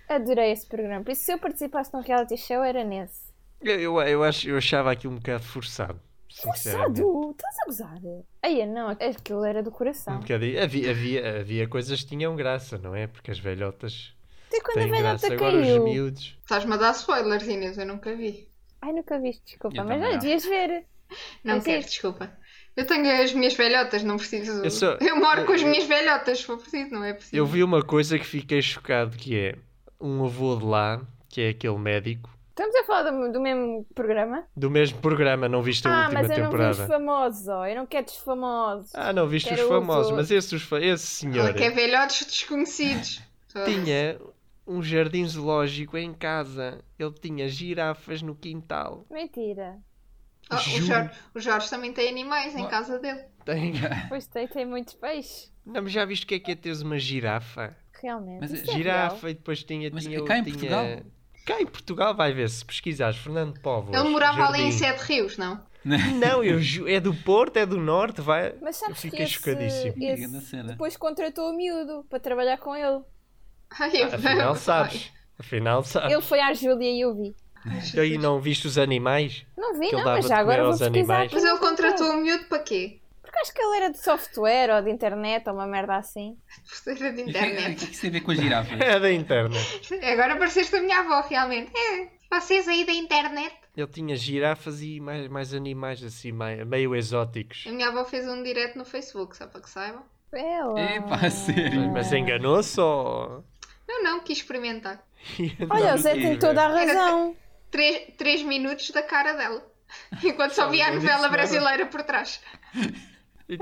Speaker 4: Adorei esse programa. Por isso, se eu participasse num reality show, era nesse.
Speaker 5: Eu, eu, eu, acho, eu achava aquilo um bocado forçado. Sinceramente.
Speaker 4: Forçado! Estás a gozar? Aí não, aquilo era do
Speaker 5: Um
Speaker 4: coração.
Speaker 5: bocadinho. Havia, havia, havia coisas que tinham graça, não é? Porque as velhotas
Speaker 4: Até quando a
Speaker 5: têm graça.
Speaker 4: velhota
Speaker 5: Agora os
Speaker 4: caiu.
Speaker 5: miúdos.
Speaker 2: Estás-me a dar spoilers, Inês, eu nunca vi.
Speaker 4: Ai, nunca viste, desculpa,
Speaker 3: Eu
Speaker 4: mas
Speaker 3: também
Speaker 4: já
Speaker 3: não.
Speaker 4: devias ver.
Speaker 2: Não
Speaker 4: Mas
Speaker 2: quero,
Speaker 4: é-
Speaker 2: desculpa. Eu tenho as minhas velhotas, não preciso.
Speaker 5: Eu
Speaker 2: Eu,
Speaker 5: sou-
Speaker 2: moro com as
Speaker 5: eu-
Speaker 2: minhas velhotas, se for preciso, não é preciso.
Speaker 5: Eu vi uma coisa que fiquei chocado que é um avô de lá, que é aquele médico,
Speaker 4: Estamos a falar do, do mesmo programa?
Speaker 5: do mesmo programa, não viste é a
Speaker 4: ah,
Speaker 5: última
Speaker 4: mas eu não vi
Speaker 5: temporada.
Speaker 4: os famosos, ó. Eu não quero dos famosos.
Speaker 5: ah, não viste os
Speaker 4: Quero os
Speaker 5: famosos, mas
Speaker 4: outros.
Speaker 5: esse, os fa- esse
Speaker 2: Ela
Speaker 5: senhor
Speaker 4: é
Speaker 2: quer velhotes desconhecidos.
Speaker 5: tinha um jardim zoológico em casa. Ele tinha girafas no quintal.
Speaker 4: Mentira.
Speaker 2: Oh, o,
Speaker 5: Juro.
Speaker 2: Jorge, o Jorge também tem animais em
Speaker 5: Oh.
Speaker 2: casa dele.
Speaker 5: Tem...
Speaker 4: Pois tem, tem muitos peixes.
Speaker 5: Não, mas já viste o que é que é teres uma girafa?
Speaker 4: Realmente.
Speaker 3: Mas
Speaker 4: Isso é
Speaker 5: girafa
Speaker 4: real.
Speaker 5: e depois tinha.
Speaker 3: Mas
Speaker 5: tinha
Speaker 3: cá em
Speaker 5: tinha-
Speaker 3: Portugal?
Speaker 5: Cá em Portugal vai ver se pesquisares Fernando Povos.
Speaker 2: Ele morava ali em
Speaker 5: jardim.
Speaker 2: Sete Rios, não?
Speaker 5: Não, eu ju- é do Porto, é do Norte, vai.
Speaker 4: Mas
Speaker 5: eu
Speaker 4: sabes que
Speaker 5: fiquei
Speaker 4: esse,
Speaker 5: chocadíssimo.
Speaker 4: esse
Speaker 3: Grande cena.
Speaker 4: depois contratou o miúdo para trabalhar com ele.
Speaker 2: Ai, eu...
Speaker 5: Afinal sabes. Afinal
Speaker 4: Ele
Speaker 5: sabes.
Speaker 4: foi à Júlia e eu vi.
Speaker 5: E aí não viste os animais?
Speaker 4: Não vi,
Speaker 5: Que ele
Speaker 4: não,
Speaker 5: dava
Speaker 4: mas
Speaker 5: de
Speaker 4: já
Speaker 5: comer
Speaker 4: agora vou
Speaker 5: aos
Speaker 4: pesquisar.
Speaker 5: animais.
Speaker 4: aqui
Speaker 2: Mas
Speaker 4: no
Speaker 2: ele contratou
Speaker 4: Google.
Speaker 2: o miúdo para quê?
Speaker 4: Porque acho que ele era de software ou de internet ou uma merda assim.
Speaker 2: Professora de
Speaker 3: O que é
Speaker 2: internet.
Speaker 3: que isso tem a ver com as girafas?
Speaker 5: É da internet.
Speaker 2: Agora pareceste a minha avó, realmente. É, vocês aí da internet.
Speaker 5: Ele tinha girafas e mais, mais animais assim, mai- meio exóticos.
Speaker 2: A minha avó fez um direct no Facebook, só para que saibam.
Speaker 4: Ela.
Speaker 3: Epá, a
Speaker 2: Hum.
Speaker 3: sério.
Speaker 5: Mas enganou-se ou.
Speaker 2: Não, não, quis experimentar.
Speaker 4: Olha, o Zé
Speaker 3: Não,
Speaker 4: tem toda a razão.
Speaker 2: Três, três minutos da cara dela. Enquanto só via a
Speaker 5: Só um
Speaker 2: novela
Speaker 5: não disse nada.
Speaker 2: brasileira por trás.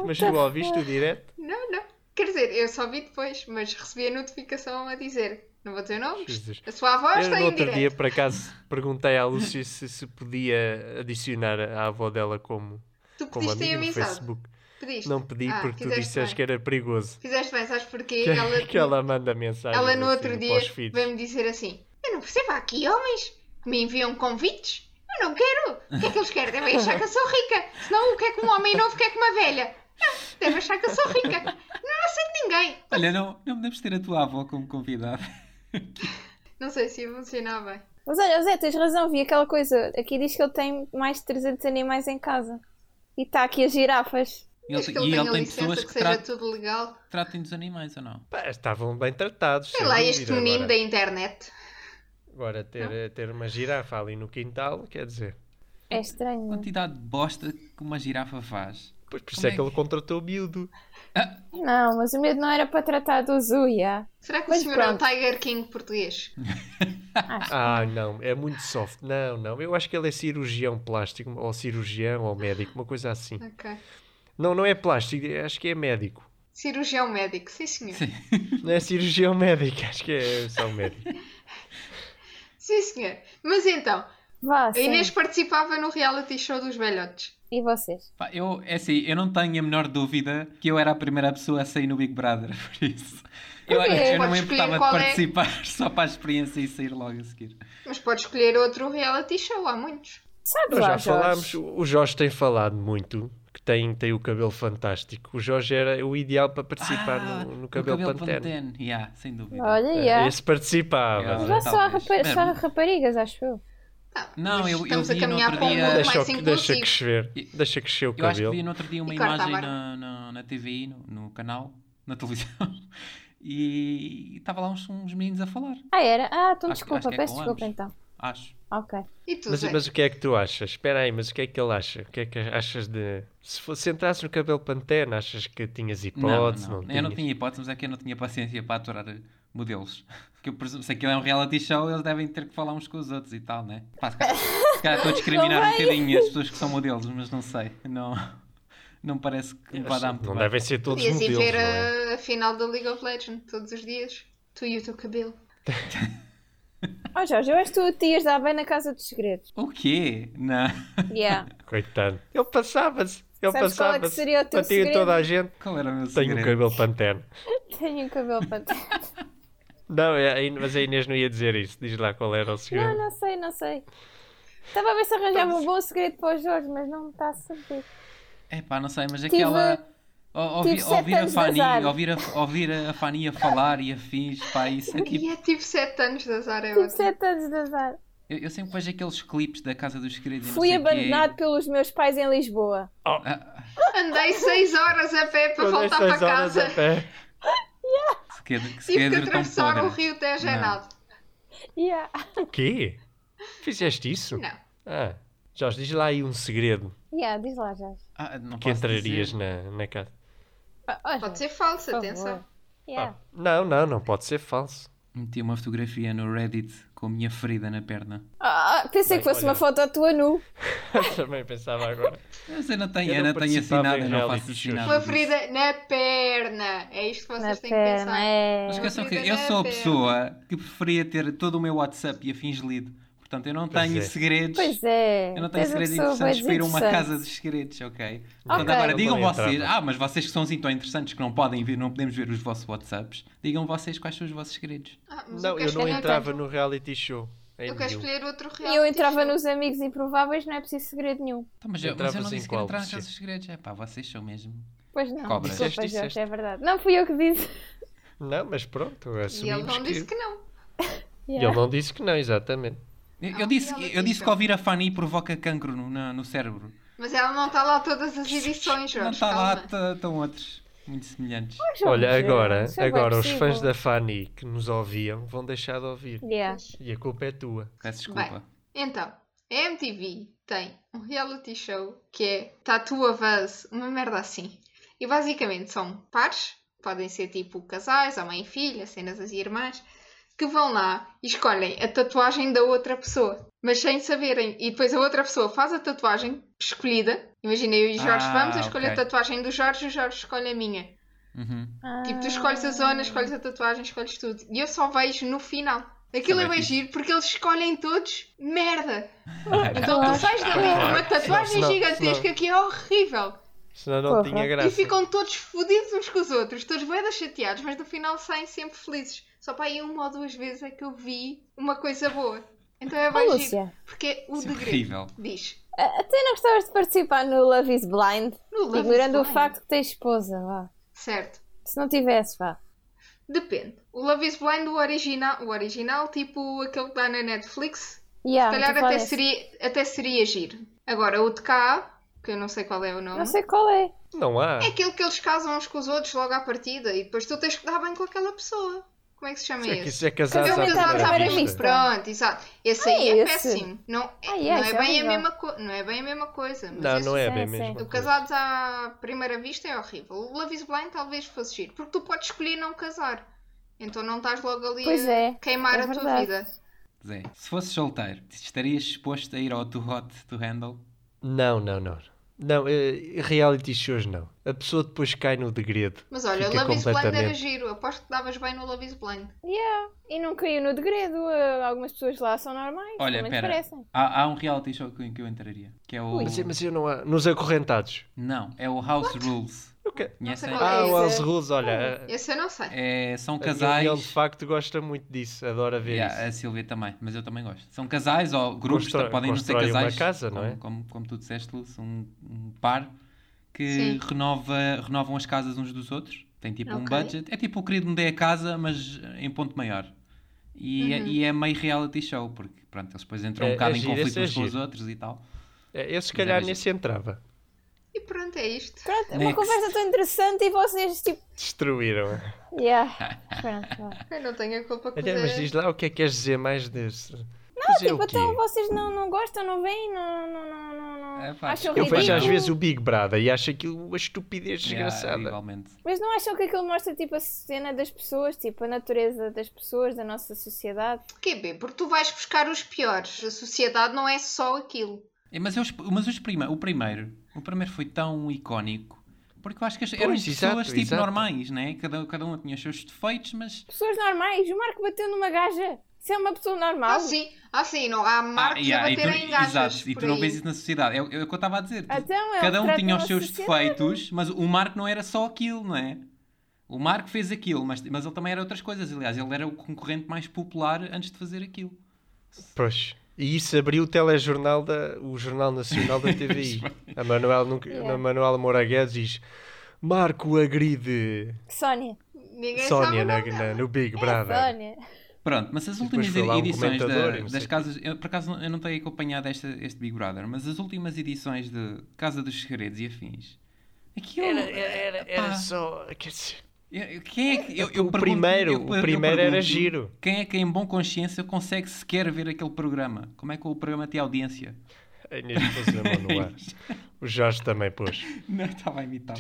Speaker 5: Mas tu ouviste o direto?
Speaker 2: Não, não. Quer dizer, eu só vi depois, mas recebi a notificação a dizer. Não vou dizer nomes.
Speaker 5: Jesus.
Speaker 2: A sua avó
Speaker 5: Eu
Speaker 2: está
Speaker 5: no
Speaker 2: em
Speaker 5: outro dia,
Speaker 2: direto.
Speaker 5: por acaso, perguntei à Lúcia se, se podia adicionar a avó dela como,
Speaker 2: Tu
Speaker 5: como
Speaker 2: pediste em
Speaker 5: amiga no
Speaker 2: amizade.
Speaker 5: Facebook.
Speaker 2: Pediste.
Speaker 5: Não pedi
Speaker 2: Ah,
Speaker 5: porque tu
Speaker 2: fizeste
Speaker 5: disseste que
Speaker 2: bem.
Speaker 5: era perigoso.
Speaker 2: Fizeste bem, sabes porquê?
Speaker 5: Que
Speaker 2: Ela,
Speaker 5: que ela manda mensagem.
Speaker 2: ela no outro dia
Speaker 5: Os filhos.
Speaker 2: veio-me dizer assim: Eu não percebo, há aqui homens que me enviam convites. Eu não quero. O que é que eles querem? Devem achar que eu sou rica. Senão, o que é que um homem novo quer com uma velha? Ah, Devem achar que eu sou rica. Não aceito ninguém.
Speaker 3: Olha, não, não podemos ter a tua avó como convidada.
Speaker 2: Não sei se ia funcionar bem.
Speaker 4: Mas olha, Zé, tens razão, vi aquela coisa. Aqui diz que ele tem mais de 300 animais em casa. E está aqui as girafas.
Speaker 3: Ele-
Speaker 2: Acho que
Speaker 3: e
Speaker 2: ele
Speaker 3: ele
Speaker 2: tem a
Speaker 3: tem
Speaker 2: licença
Speaker 3: pessoas
Speaker 2: que
Speaker 3: que
Speaker 2: seja
Speaker 3: tra-
Speaker 2: tudo legal.
Speaker 3: tratem dos animais ou não?
Speaker 5: Pá, estavam bem tratados.
Speaker 2: Sei
Speaker 5: sem
Speaker 2: lá,
Speaker 5: dúvida.
Speaker 2: este menino
Speaker 5: agora,
Speaker 2: da internet.
Speaker 5: agora ter, eh, ter uma girafa ali no quintal, quer dizer.
Speaker 4: É estranho.
Speaker 3: Quantidade de bosta que uma girafa faz.
Speaker 5: Pois por isso
Speaker 3: Como
Speaker 5: é
Speaker 3: é
Speaker 5: que ele contratou o miúdo.
Speaker 4: Não, mas o medo não era para tratar do Zuya.
Speaker 2: Será que
Speaker 4: Mas
Speaker 2: o senhor
Speaker 4: pronto.
Speaker 2: é o Tiger King português?
Speaker 5: Ah, não, é muito soft. Não, não. Eu acho que ele é cirurgião plástico, ou cirurgião, ou médico, uma coisa assim.
Speaker 2: Ok.
Speaker 5: Não, não é plástico, acho que é médico.
Speaker 2: Cirurgião médico, sim senhor. Sim,
Speaker 5: Não é cirurgião médico, acho que é só médico.
Speaker 2: senhor. Mas então,
Speaker 4: Vá,
Speaker 2: a
Speaker 4: sim.
Speaker 2: Inês participava no reality show dos velhotes.
Speaker 4: E vocês?
Speaker 3: Pá, eu, é assim, eu não tenho a menor dúvida que eu era a primeira pessoa a sair no Big Brother, por isso. Eu,
Speaker 4: Porquê?
Speaker 3: eu não me
Speaker 2: Podes
Speaker 3: importava
Speaker 2: escolher
Speaker 3: de
Speaker 2: qual é.
Speaker 3: participar só para a experiência e sair logo a seguir.
Speaker 2: Mas pode escolher outro reality show, há muitos.
Speaker 4: Sabes
Speaker 5: Nós
Speaker 4: lá,
Speaker 5: já
Speaker 4: Jorge?
Speaker 5: falámos, o o Jorge tem falado muito, que tem, tem o cabelo fantástico. O Jorge era o ideal para participar
Speaker 3: Ah,
Speaker 5: no, no cabelo, pantene.
Speaker 3: Yeah, sem dúvida.
Speaker 4: Olha,
Speaker 5: Ah,
Speaker 4: yeah.
Speaker 5: Esse participava.
Speaker 3: Yeah.
Speaker 4: Mas só, há
Speaker 3: É, Talvez.
Speaker 4: rapa- só há
Speaker 3: Bem,
Speaker 4: raparigas, acho eu.
Speaker 2: Tá,
Speaker 3: Não,
Speaker 2: mas
Speaker 3: eu- eu
Speaker 2: estamos
Speaker 3: vi
Speaker 2: a
Speaker 3: no
Speaker 2: caminhar
Speaker 3: outro
Speaker 2: para um
Speaker 3: dia-
Speaker 2: mundo
Speaker 3: Deixa
Speaker 5: Deixa,
Speaker 2: mais
Speaker 5: o-
Speaker 2: inclusivo.
Speaker 5: deixa crescer. Deixa crescer o
Speaker 3: Eu acho que
Speaker 5: cabelo.
Speaker 3: vi no outro dia uma
Speaker 2: E corta a
Speaker 3: imagem
Speaker 2: barba.
Speaker 3: na, na, na TVI, no, no canal, na televisão, e estava lá uns, uns meninos a falar,
Speaker 4: Ah, era? Ah, então
Speaker 3: Acho que-
Speaker 4: desculpa,
Speaker 3: acho que é
Speaker 4: peço
Speaker 3: com
Speaker 4: desculpa
Speaker 3: ambos.
Speaker 4: então.
Speaker 3: acho.
Speaker 4: Ok.
Speaker 2: E tu,
Speaker 5: Mas,
Speaker 2: Zé?
Speaker 5: mas o que é que tu achas? Espera aí, mas o que é que ele acha? O que é que achas de. Se, fosse, se entrasses no cabelo pantene, achas que tinhas hipótese?
Speaker 3: não,
Speaker 5: Não,
Speaker 3: não. Eu não
Speaker 5: tinhas?
Speaker 3: tinha hipótese, mas é que eu não tinha paciência para aturar eh, modelos. Porque eu presumo, se aquilo é um reality show, eles devem ter que falar uns com os outros e tal, né? Pá, se calhar se calhar estou a discriminar um
Speaker 4: Convém.
Speaker 3: bocadinho as pessoas que são modelos, mas não sei. Não, não parece que me vá dar muito
Speaker 5: Não
Speaker 3: bem.
Speaker 5: devem ser todos
Speaker 2: Podias ir
Speaker 5: modelos.
Speaker 2: ver
Speaker 5: não é?
Speaker 2: a, a final da League of Legends todos os dias. Tu e o teu cabelo.
Speaker 4: Ó Jorge, eu acho que tu te ias dar bem na Casa dos Segredos.
Speaker 3: O quê? Não.
Speaker 4: Yeah.
Speaker 5: Coitado. Ele passava-se. Ele
Speaker 4: Sabes qual é que
Speaker 5: passava-se.
Speaker 4: seria o teu
Speaker 5: Batia em
Speaker 4: segredo?
Speaker 5: toda a gente.
Speaker 3: Qual era o meu
Speaker 5: Tenho um
Speaker 3: segredo?
Speaker 5: cabelo pantene.
Speaker 4: Tenho um cabelo para
Speaker 5: Não, é- a In- mas a Inês não ia dizer isso. Diz lá qual era o
Speaker 3: É.
Speaker 5: segredo.
Speaker 4: Não, não sei, não sei. Estava a ver se arranjava um bom segredo para o Jorge, mas não me está a saber.
Speaker 3: É pá, não sei, mas
Speaker 4: Tive-
Speaker 3: aquela. ó- ouvi-
Speaker 4: tive sete
Speaker 3: ouvir, a
Speaker 4: anos de
Speaker 3: Fanny,
Speaker 4: azar.
Speaker 3: ouvir, a, ouvir a, a Fanny a falar e a fins, pá, isso é
Speaker 2: E
Speaker 3: tipo.
Speaker 2: é tipo 7 anos de azar, é
Speaker 4: Tive
Speaker 2: ótimo.
Speaker 4: 7 anos de azar.
Speaker 3: Eu, eu sempre vejo aqueles clipes da Casa dos Segredos. e não
Speaker 4: Fui
Speaker 3: sei o quê.
Speaker 4: abandonado pelos meus pais em Lisboa.
Speaker 3: Ah,
Speaker 2: Andei 6 horas a pé
Speaker 4: é
Speaker 2: para
Speaker 5: Quando
Speaker 2: voltar para
Speaker 5: estas horas
Speaker 2: casa.
Speaker 5: a pé.
Speaker 3: se quer, se
Speaker 2: Tive
Speaker 3: quer
Speaker 2: que
Speaker 3: tão
Speaker 2: atravessar o
Speaker 3: podre.
Speaker 2: rio até a Genal.
Speaker 4: Yeah.
Speaker 5: O quê? Fizeste isso?
Speaker 2: Não.
Speaker 5: Ah, Jorge, diz lá aí um segredo
Speaker 4: Yeah, diz lá, Jorge.
Speaker 3: Ah, não
Speaker 5: que
Speaker 3: posso
Speaker 5: entrarias
Speaker 3: dizer.
Speaker 5: na, na casa.
Speaker 4: Ah, oh,
Speaker 2: Pode
Speaker 4: Jorge,
Speaker 2: ser falso,
Speaker 4: por
Speaker 2: atenção.
Speaker 4: favor. Yeah.
Speaker 5: Ah, não, não, não pode ser falso.
Speaker 3: Meti uma fotografia no Reddit com a minha ferida na perna.
Speaker 4: Ah, ah, pensei
Speaker 5: Bem,
Speaker 4: que fosse
Speaker 5: olha.
Speaker 4: uma foto tua nu.
Speaker 5: Também pensava agora.
Speaker 3: Mas eu não tenho,
Speaker 5: Eu
Speaker 3: eu
Speaker 5: não
Speaker 3: não tenho
Speaker 5: participava
Speaker 3: assinado,
Speaker 5: em
Speaker 3: eu não
Speaker 5: reality
Speaker 3: faço
Speaker 5: shows.
Speaker 3: assinado.
Speaker 2: Uma ferida na perna. É isto que vocês
Speaker 4: Na
Speaker 2: têm que pensar.
Speaker 4: perna, é.
Speaker 3: Mas esqueçam que
Speaker 2: ferida
Speaker 3: eu
Speaker 2: na
Speaker 3: sou a
Speaker 2: perna.
Speaker 3: pessoa que preferia ter todo o meu WhatsApp e afins lido. Portanto, eu não
Speaker 5: Pois
Speaker 3: tenho
Speaker 5: é.
Speaker 3: segredos.
Speaker 4: Pois é.
Speaker 3: Eu não tenho
Speaker 4: tens uma
Speaker 3: segredos
Speaker 4: pessoa bué
Speaker 3: interessantes para ir a uma
Speaker 4: desinteressante.
Speaker 3: casa dos segredos, ok? Portanto,
Speaker 4: Ok.
Speaker 3: agora
Speaker 5: Não
Speaker 3: digam
Speaker 5: vou
Speaker 3: vocês,
Speaker 5: entrar,
Speaker 3: ah, mas vocês que são assim tão interessantes que não podem vir, não podemos ver os vossos WhatsApps, digam vocês quais são os vossos segredos.
Speaker 2: Ah, mas
Speaker 5: Não,
Speaker 2: quero
Speaker 5: eu não
Speaker 2: escolher
Speaker 5: entrava
Speaker 2: outro.
Speaker 5: no reality show. Em
Speaker 2: Eu quero
Speaker 5: nenhum.
Speaker 2: escolher outro reality.
Speaker 4: E eu entrava
Speaker 2: show.
Speaker 4: nos amigos improváveis, não é preciso segredo nenhum.
Speaker 3: Então, mas, eu, mas eu
Speaker 5: Entravas
Speaker 3: não
Speaker 5: em
Speaker 3: disse que
Speaker 5: qual,
Speaker 3: era entrar na
Speaker 5: Lucia?
Speaker 3: casa dos segredos. É pá, vocês são mesmo.
Speaker 4: Pois não.
Speaker 3: Cobra.
Speaker 4: Desculpa,
Speaker 5: Disseste,
Speaker 4: Jorge,
Speaker 5: disseste.
Speaker 4: é verdade. Não fui eu que disse.
Speaker 5: Não, mas pronto,
Speaker 2: E ele
Speaker 5: assumimos
Speaker 2: não
Speaker 5: que...
Speaker 2: disse que não.
Speaker 5: E
Speaker 4: Yeah.
Speaker 5: Ele não disse que não, exatamente.
Speaker 3: Eu,
Speaker 2: Ah,
Speaker 3: eu disse,
Speaker 2: reality
Speaker 3: eu disse que
Speaker 2: show.
Speaker 3: ouvir a Fanny provoca cancro no, na- no cérebro.
Speaker 2: Mas ela não está lá todas as edições, Jorge.
Speaker 3: não está lá,
Speaker 2: calma.
Speaker 3: estão outros muito semelhantes.
Speaker 4: Jorge,
Speaker 5: Olha, agora,
Speaker 4: isso é bué
Speaker 5: agora os
Speaker 4: possível.
Speaker 5: fãs da Fanny que nos ouviam vão deixar de ouvir.
Speaker 4: Yeah.
Speaker 5: E a culpa é tua.
Speaker 3: Peço desculpa.
Speaker 2: Então, a MTV tem um reality show que é Tattoo of Us, uma merda assim. E basicamente são pares, podem ser tipo casais, ou mãe e filha, cenas das irmãs, que vão lá e escolhem a tatuagem da outra pessoa, mas sem saberem. E depois a outra pessoa faz a tatuagem escolhida. Imagina eu e o Jorge
Speaker 3: Ah,
Speaker 2: vamos, eu escolho a
Speaker 3: ok.
Speaker 2: tatuagem do Jorge e o Jorge escolhe a minha.
Speaker 4: um
Speaker 3: Uhum.
Speaker 2: Tipo, tu escolhes a zona, escolhes a tatuagem, escolhes tudo. E eu só vejo no final. Aquilo é
Speaker 3: Também
Speaker 2: bem
Speaker 3: fiz.
Speaker 2: giro porque eles escolhem todos merda.
Speaker 3: Ah,
Speaker 4: É,
Speaker 2: Então tu sais dali com uma tatuagem
Speaker 5: Senão-
Speaker 2: gigantesca
Speaker 5: senão-
Speaker 2: que é horrível.
Speaker 5: Senão não
Speaker 4: Porra.
Speaker 5: tinha
Speaker 2: E
Speaker 5: graça.
Speaker 2: ficam todos fodidos uns com os outros, todos bem chateados, mas no final saem sempre felizes. Só para aí uma ou duas vezes é que eu vi uma coisa boa. Então é
Speaker 4: Oh,
Speaker 2: bem giro.
Speaker 4: Lúcia,
Speaker 2: Porque é o
Speaker 3: Isso é
Speaker 2: degredo
Speaker 3: horrível.
Speaker 2: diz.
Speaker 4: Ah, até não gostavas de participar no Love is Blind,
Speaker 2: No Love is
Speaker 4: ignorando
Speaker 2: Blind.
Speaker 4: o facto que tens esposa, vá.
Speaker 2: Certo.
Speaker 4: Se não tivesse, vá.
Speaker 2: Depende. O Love is Blind, o original, o original tipo aquele que dá na Netflix,
Speaker 4: Yeah,
Speaker 2: Se calhar
Speaker 4: tu
Speaker 2: até
Speaker 4: podes.
Speaker 2: seria, até seria giro. Agora, o de cá, que eu não sei qual é o nome,
Speaker 4: Não sei qual é.
Speaker 5: Não há.
Speaker 2: é aquele que eles casam uns com os outros logo à partida e depois tu tens que dar bem com aquela pessoa. Como é que se chama
Speaker 5: Isso é que
Speaker 2: esse?
Speaker 5: isso é casados
Speaker 4: Casamento
Speaker 5: à primeira
Speaker 4: primeira
Speaker 5: vista.
Speaker 2: Pronto, exato. Esse aí
Speaker 4: Ah,
Speaker 2: é
Speaker 4: esse.
Speaker 2: péssimo. Não, é-
Speaker 4: Ah, yeah,
Speaker 2: não, é
Speaker 4: esse
Speaker 2: bem
Speaker 4: é
Speaker 2: a
Speaker 4: horrível.
Speaker 2: mesma co- não é bem a mesma coisa. Mas
Speaker 5: Não,
Speaker 2: esse-
Speaker 5: não é
Speaker 4: Sim,
Speaker 5: bem
Speaker 4: sim.
Speaker 5: mesmo.
Speaker 2: O casados à primeira vista é horrível. O Love is Blind talvez fosse giro, porque tu podes escolher não casar. Então não estás logo ali
Speaker 4: Pois
Speaker 2: a
Speaker 4: é,
Speaker 2: queimar
Speaker 4: é
Speaker 2: a tua
Speaker 4: verdade.
Speaker 2: vida.
Speaker 3: Zé, se fosse solteiro, estarias exposto a ir ao too hot to handle?
Speaker 5: Não, não, não. Não, eh, reality shows não. A pessoa depois cai no degredo.
Speaker 2: Mas olha, o
Speaker 5: Fica
Speaker 2: Love is Blind era
Speaker 5: completamente-
Speaker 2: giro. Aposto que davas bem no Love is Blind.
Speaker 4: Yeah. E não caiu no degredo. uh, Algumas pessoas lá são normais.
Speaker 3: Olha,
Speaker 4: pelo menos
Speaker 3: pera.
Speaker 4: parecem.
Speaker 3: Há, há um reality show em que eu entraria, que é o...
Speaker 5: Mas, mas eu não há. Nos acorrentados.
Speaker 3: Não, é o House Rules.
Speaker 5: Eu que-
Speaker 3: Conhecem?
Speaker 2: qual
Speaker 5: Ah,
Speaker 2: Esse-
Speaker 5: o House Rules, olha. eh, a-
Speaker 2: Esse eu não sei.
Speaker 3: É, são
Speaker 5: A minha união, de
Speaker 3: casais...
Speaker 5: facto gosta muito disso, adora ver
Speaker 3: Yeah,
Speaker 5: isso.
Speaker 3: a Silvia também, mas eu também gosto. São casais ou grupos,
Speaker 5: Constrói-
Speaker 3: tá- podem não ser
Speaker 5: constroem uma
Speaker 3: casais,
Speaker 5: casa,
Speaker 3: como,
Speaker 5: não é?
Speaker 3: como, como tu disseste, Lúcio, um, um par que
Speaker 2: Sim.
Speaker 3: renova, renovam as casas uns dos outros. Tem tipo um
Speaker 2: Ok.
Speaker 3: budget. É tipo o querido me dê a casa, mas em ponto maior. E,
Speaker 2: Uhum.
Speaker 3: é- e é meio reality show, porque pronto, eles depois entram
Speaker 5: É-
Speaker 3: um
Speaker 5: é
Speaker 3: bocado em
Speaker 5: giro,
Speaker 3: conflito
Speaker 5: esse é
Speaker 3: uns com os
Speaker 5: giro.
Speaker 3: outros e tal.
Speaker 5: É, Eu se
Speaker 3: Mas era
Speaker 5: calhar
Speaker 3: giro.
Speaker 5: nesse entrava.
Speaker 2: E pronto, é isto.
Speaker 4: Pronto, é uma
Speaker 3: Next.
Speaker 4: conversa tão interessante e vocês, tipo.
Speaker 5: Destruíram.
Speaker 4: Yeah. Pronto, vá.
Speaker 2: Eu não tenho a culpa que
Speaker 5: Olha, mas diz lá o que é que queres dizer mais desse.
Speaker 3: é
Speaker 5: Não,
Speaker 4: Tipo, então vocês não, não gostam, não veem, não, não, não, não, não.
Speaker 3: É, pá,
Speaker 4: acham
Speaker 5: Eu
Speaker 3: desculpa.
Speaker 5: vejo às
Speaker 4: ridículo,
Speaker 5: vezes o Big Brother e acho aquilo uma estupidez
Speaker 3: Yeah,
Speaker 5: desgraçada.
Speaker 3: É, igualmente.
Speaker 4: Mas não acham que aquilo mostra tipo a cena das pessoas, tipo a natureza das pessoas, da nossa sociedade?
Speaker 2: Porquê, B? Porque tu vais buscar os piores. A sociedade não é só aquilo.
Speaker 3: É, mas eu esp- mas os prima- o primeiro, o primeiro foi tão icónico. Porque eu acho que as-
Speaker 5: Pois,
Speaker 3: eram
Speaker 5: exato,
Speaker 3: pessoas tipo
Speaker 5: exato.
Speaker 3: normais, né? Cada, cada um tinha os seus defeitos, mas
Speaker 4: Pessoas normais, o Marco bateu numa gaja. Isso é uma pessoa normal.
Speaker 2: Ah, sim. Ah, sim. Não há marcos
Speaker 3: yeah,
Speaker 2: a
Speaker 3: e tu-
Speaker 2: baterem em gajas.
Speaker 3: Exato, e
Speaker 2: por
Speaker 3: tu não
Speaker 2: aí.
Speaker 3: vês isso na sociedade. É o é o que eu estava a dizer. Tu-
Speaker 4: Então, é o
Speaker 3: Cada um
Speaker 4: retrato
Speaker 3: tinha
Speaker 4: da
Speaker 3: os seus
Speaker 4: sociedade.
Speaker 3: defeitos, mas o Marco não era só aquilo, não é? O Marco fez aquilo, mas, mas ele também era outras coisas. Aliás, ele era o concorrente mais popular antes de fazer aquilo.
Speaker 5: Pois. E isso abriu o telejornal, da, o Jornal Nacional da TVI. a Manuel, nunca,
Speaker 4: Yeah.
Speaker 5: a Manuela Moura Guedes diz: Marco agride
Speaker 4: Sónia.
Speaker 2: Ninguém sabe
Speaker 5: Sónia né,
Speaker 2: o
Speaker 5: na,
Speaker 2: nome
Speaker 5: na-
Speaker 2: dela.
Speaker 5: no Big
Speaker 4: É
Speaker 3: Ah,
Speaker 5: Brother.
Speaker 4: Sónia.
Speaker 3: Pronto, mas as
Speaker 5: E
Speaker 3: últimas
Speaker 5: depois foi lá um
Speaker 3: edições da-
Speaker 5: comentador e não sei
Speaker 3: das
Speaker 5: o quê.
Speaker 3: casas. Eu, por acaso, eu não tenho acompanhado esta, este Big Brother, mas as últimas edições de Casa dos Segredos e afins. Aquilo.
Speaker 5: Era, era, era, era
Speaker 3: pá,
Speaker 5: só. Quer dizer,
Speaker 3: eu- quem é que- eu-
Speaker 5: o
Speaker 3: eu pergunto-
Speaker 5: primeiro-
Speaker 3: eu-
Speaker 5: o
Speaker 3: eu
Speaker 5: primeiro era
Speaker 3: pergunto,
Speaker 5: giro.
Speaker 3: Quem é que, em bom consciência, consegue sequer ver aquele programa? Como é que o programa tem audiência?
Speaker 5: a Inês pôs a mão no ar. O Jorge também pôs.
Speaker 3: Não, tá estava a imitar.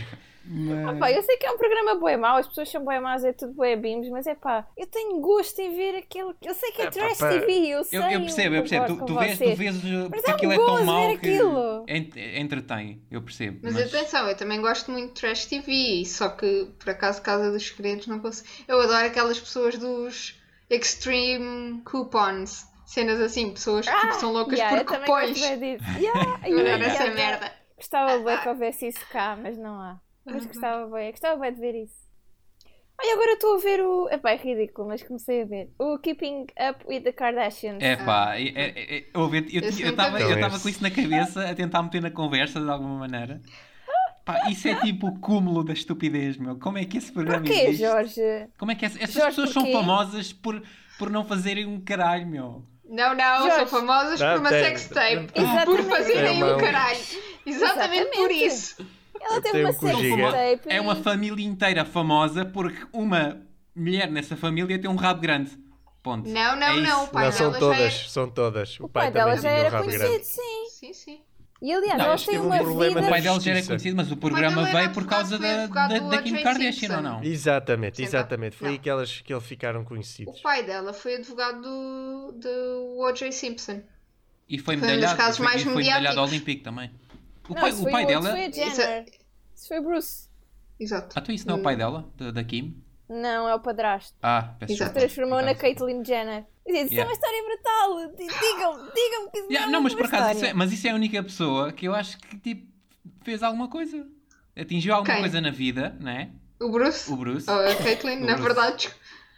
Speaker 3: Mas...
Speaker 4: Pá, eu sei que é um programa bué mau, as pessoas são bué más, é tudo bué bimos, mas é pá, eu tenho gosto em ver aquilo. Eu sei que é,
Speaker 5: É pá,
Speaker 4: trash
Speaker 5: pá.
Speaker 4: TV, eu sei.
Speaker 3: Eu, eu percebo, eu percebo. Tu,
Speaker 4: concordo
Speaker 3: tu
Speaker 4: com
Speaker 3: vês, tu
Speaker 4: vocês.
Speaker 3: vês uh,
Speaker 4: Mas
Speaker 3: porque
Speaker 4: dá um
Speaker 3: aquilo é tão
Speaker 4: gozo
Speaker 3: mau
Speaker 4: ver
Speaker 3: que
Speaker 4: aquilo.
Speaker 3: ent- entretém, eu percebo.
Speaker 2: Mas, atenção, eu também gosto muito de Trash TV, só que por acaso Casa dos Segredos não consigo. Eu adoro aquelas pessoas dos Extreme Coupons. Cenas assim, pessoas que tipo, são loucas
Speaker 4: Ah, Yeah, eu
Speaker 2: por
Speaker 4: também gosto
Speaker 2: cupons.
Speaker 4: bué disso. Yeah,
Speaker 2: Eu
Speaker 4: yeah,
Speaker 2: adoro essa
Speaker 4: yeah.
Speaker 2: merda. Ah,
Speaker 4: Gostava bem que houvesse isso cá, mas não há.
Speaker 2: Uhum.
Speaker 4: Mas gostava bem, gostava bem de ver isso. Olha, agora estou a ver o. Epá, é ridículo, mas comecei a ver. O Keeping Up with the Kardashians.
Speaker 3: É pá, é- é- é- eu
Speaker 2: Esse
Speaker 3: eu
Speaker 2: nunca
Speaker 3: estava
Speaker 2: vi.
Speaker 3: eu estava com isso na cabeça, a tentar meter na conversa de alguma maneira. Pá, isso é tipo o cúmulo da estupidez, meu. Como é que esse programa
Speaker 4: Porquê,
Speaker 3: existe?
Speaker 4: Jorge?
Speaker 3: Como é que essa- essas
Speaker 4: Jorge,
Speaker 3: pessoas são
Speaker 4: porquê?
Speaker 3: famosas por, por não fazerem um caralho, meu?
Speaker 2: Não, não,
Speaker 4: Jorge.
Speaker 2: são famosas
Speaker 5: Não,
Speaker 2: por uma
Speaker 5: tem-
Speaker 2: sex tape. Por
Speaker 4: Exatamente.
Speaker 2: fazerem
Speaker 5: É
Speaker 2: o
Speaker 5: uma-
Speaker 2: caralho. Exatamente por
Speaker 4: Exatamente.
Speaker 2: isso.
Speaker 4: Ela
Speaker 5: Eu
Speaker 4: teve
Speaker 5: tenho
Speaker 4: uma
Speaker 5: um cu
Speaker 4: sex
Speaker 5: gigante.
Speaker 4: tape.
Speaker 3: É uma
Speaker 4: e-
Speaker 3: família inteira famosa porque uma mulher nessa família tem um rabo grande. Ponto.
Speaker 2: Não, não,
Speaker 3: É
Speaker 2: não.
Speaker 3: isso.
Speaker 2: O pai
Speaker 5: não, são
Speaker 2: delas
Speaker 5: todas,
Speaker 2: já era.
Speaker 5: são todas.
Speaker 4: O pai dela já
Speaker 5: tinha um
Speaker 4: era
Speaker 5: rabo
Speaker 4: conhecido,
Speaker 5: grande.
Speaker 4: sim.
Speaker 2: Sim, sim.
Speaker 4: E aliás,
Speaker 3: Não,
Speaker 4: ela
Speaker 5: isto
Speaker 4: tem
Speaker 5: teve um
Speaker 4: uma
Speaker 5: problema
Speaker 4: vida.
Speaker 3: O pai dela já era
Speaker 5: Justiça.
Speaker 3: conhecido, mas o
Speaker 2: dela
Speaker 3: programa
Speaker 2: era
Speaker 3: veio por
Speaker 2: advogado,
Speaker 3: causa
Speaker 2: foi
Speaker 3: da,
Speaker 2: advogado
Speaker 3: da,
Speaker 2: do
Speaker 3: da Kim
Speaker 2: O.J.
Speaker 3: Kardashian, ou
Speaker 2: Simpson.
Speaker 3: não?
Speaker 5: Exatamente,
Speaker 2: Sim,
Speaker 5: exatamente. Foi
Speaker 2: não.
Speaker 5: aquelas que eles ficaram
Speaker 2: O
Speaker 5: conhecidos.
Speaker 2: pai dela foi advogado do, do O.J. Simpson.
Speaker 3: E
Speaker 2: Foi
Speaker 3: foi
Speaker 2: um dos
Speaker 3: medalhado,
Speaker 2: casos
Speaker 3: e foi,
Speaker 2: mais
Speaker 3: e foi medalhado
Speaker 2: mediáticos.
Speaker 3: olímpico também. O
Speaker 4: Não,
Speaker 3: pai,
Speaker 4: isso
Speaker 3: o
Speaker 4: foi
Speaker 3: pai
Speaker 4: outro,
Speaker 3: dela.
Speaker 4: Foi a
Speaker 2: Isso é-
Speaker 4: Jenner. Isso foi Bruce.
Speaker 2: Exato.
Speaker 3: Ah, tu isso não é o pai dela, da, da Kim?
Speaker 4: Não, é o padrasto.
Speaker 3: Ah, peço
Speaker 2: Exato.
Speaker 3: desculpa.
Speaker 4: Transformou na
Speaker 3: Por acaso.
Speaker 4: Caitlyn Jenner. Isso é
Speaker 3: Yeah.
Speaker 4: uma história brutal. Digam-me, digam-me que isso
Speaker 3: Yeah,
Speaker 4: não é
Speaker 3: não, mas
Speaker 4: uma
Speaker 3: por acaso, isso
Speaker 4: história.
Speaker 3: é, mas isso é a única pessoa que eu acho que tipo, fez alguma coisa. Atingiu alguma
Speaker 2: Quem?
Speaker 3: coisa na vida, né?
Speaker 2: O Bruce?
Speaker 3: O Bruce.
Speaker 2: Ou a Caitlyn,
Speaker 3: O
Speaker 2: na
Speaker 3: Bruce.
Speaker 2: verdade.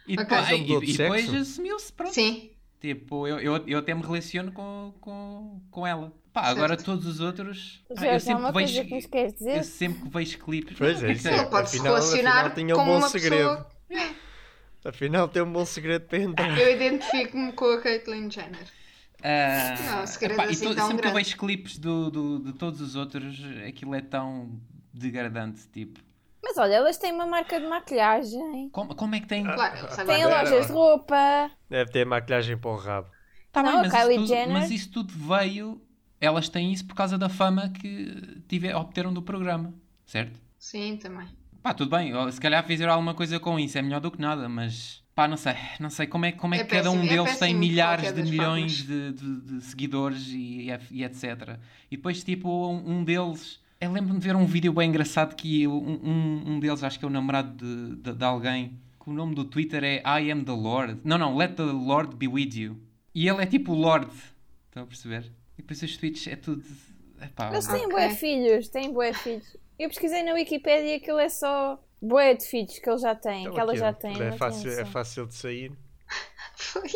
Speaker 3: E,
Speaker 2: Oh, Ok.
Speaker 3: depois-
Speaker 5: Ele
Speaker 3: e-
Speaker 5: mudou de
Speaker 3: e depois
Speaker 5: sexo?
Speaker 3: assumiu-se, pronto.
Speaker 2: Sim.
Speaker 3: Tipo, eu, eu, eu até me relaciono com, com, com ela. Pá, agora todos os outros. Ah, eu
Speaker 4: Jorge, há
Speaker 3: sempre
Speaker 4: uma coisa que
Speaker 3: vejo.
Speaker 4: nos queres dizer?
Speaker 3: Eu sempre que vejo clipes.
Speaker 5: Pois
Speaker 3: Não,
Speaker 5: é,
Speaker 3: o que
Speaker 5: isso
Speaker 3: que
Speaker 5: é.
Speaker 2: Ele pode se
Speaker 5: afinal,
Speaker 2: relacionar
Speaker 5: afinal tinha um
Speaker 2: com
Speaker 5: bom
Speaker 2: uma
Speaker 5: segredo.
Speaker 2: pessoa-
Speaker 5: Afinal tem um bom segredo para entrar.
Speaker 2: Eu identifico-me com a Caitlyn Jenner.
Speaker 3: Ah,
Speaker 2: Não, o segredo
Speaker 3: epá,
Speaker 2: é
Speaker 3: e
Speaker 2: assim
Speaker 3: to-
Speaker 2: tão
Speaker 3: sempre que eu
Speaker 2: grande.
Speaker 3: vejo clipes do, do- de todos os outros, aquilo é tão degradante. Tipo,
Speaker 4: Mas olha, elas têm uma marca de maquilhagem.
Speaker 3: como, como é que tem.
Speaker 2: Claro, eles
Speaker 4: Têm
Speaker 2: agora.
Speaker 5: Ela-
Speaker 4: lojas de roupa.
Speaker 5: Deve ter maquilhagem para o rabo.
Speaker 3: Tá
Speaker 4: Não, a
Speaker 3: mas,
Speaker 4: Kylie
Speaker 3: isso tudo,
Speaker 4: Jenner.
Speaker 3: mas isso tudo veio. Elas têm isso por causa da fama que tiver, obteram do programa, certo?
Speaker 2: Sim, também.
Speaker 3: Pá, tudo bem, ó, se calhar fizeram alguma coisa com isso, é melhor do que nada, mas pá, não sei, não sei como é, como é
Speaker 2: É
Speaker 3: que cada um
Speaker 2: péssimo, é
Speaker 3: deles tem
Speaker 2: péssimo de
Speaker 3: milhares
Speaker 2: qualquer
Speaker 3: de
Speaker 2: das
Speaker 3: milhões
Speaker 2: formas.
Speaker 3: de, de- de seguidores e, e- e etc. E depois, tipo, um, um deles. Eu lembro-me de ver um vídeo bem engraçado que eu- um, um, um deles, acho que é o namorado de, de, de alguém, que o nome do Twitter é I am the Lord. Não, não, let the Lord be with you. E ele é tipo o Lord. Estão a perceber? E depois os tweets é tudo. Epá,
Speaker 4: Eles têm
Speaker 2: Ok.
Speaker 4: bué filhos, têm bué filhos. Eu pesquisei na Wikipédia que ele é só bué de filhos que ele já tem,
Speaker 5: Então,
Speaker 4: que ela
Speaker 5: aquilo
Speaker 4: já tem.
Speaker 5: É
Speaker 4: não
Speaker 5: fácil,
Speaker 4: tem
Speaker 5: é
Speaker 4: noção.
Speaker 5: fácil de sair.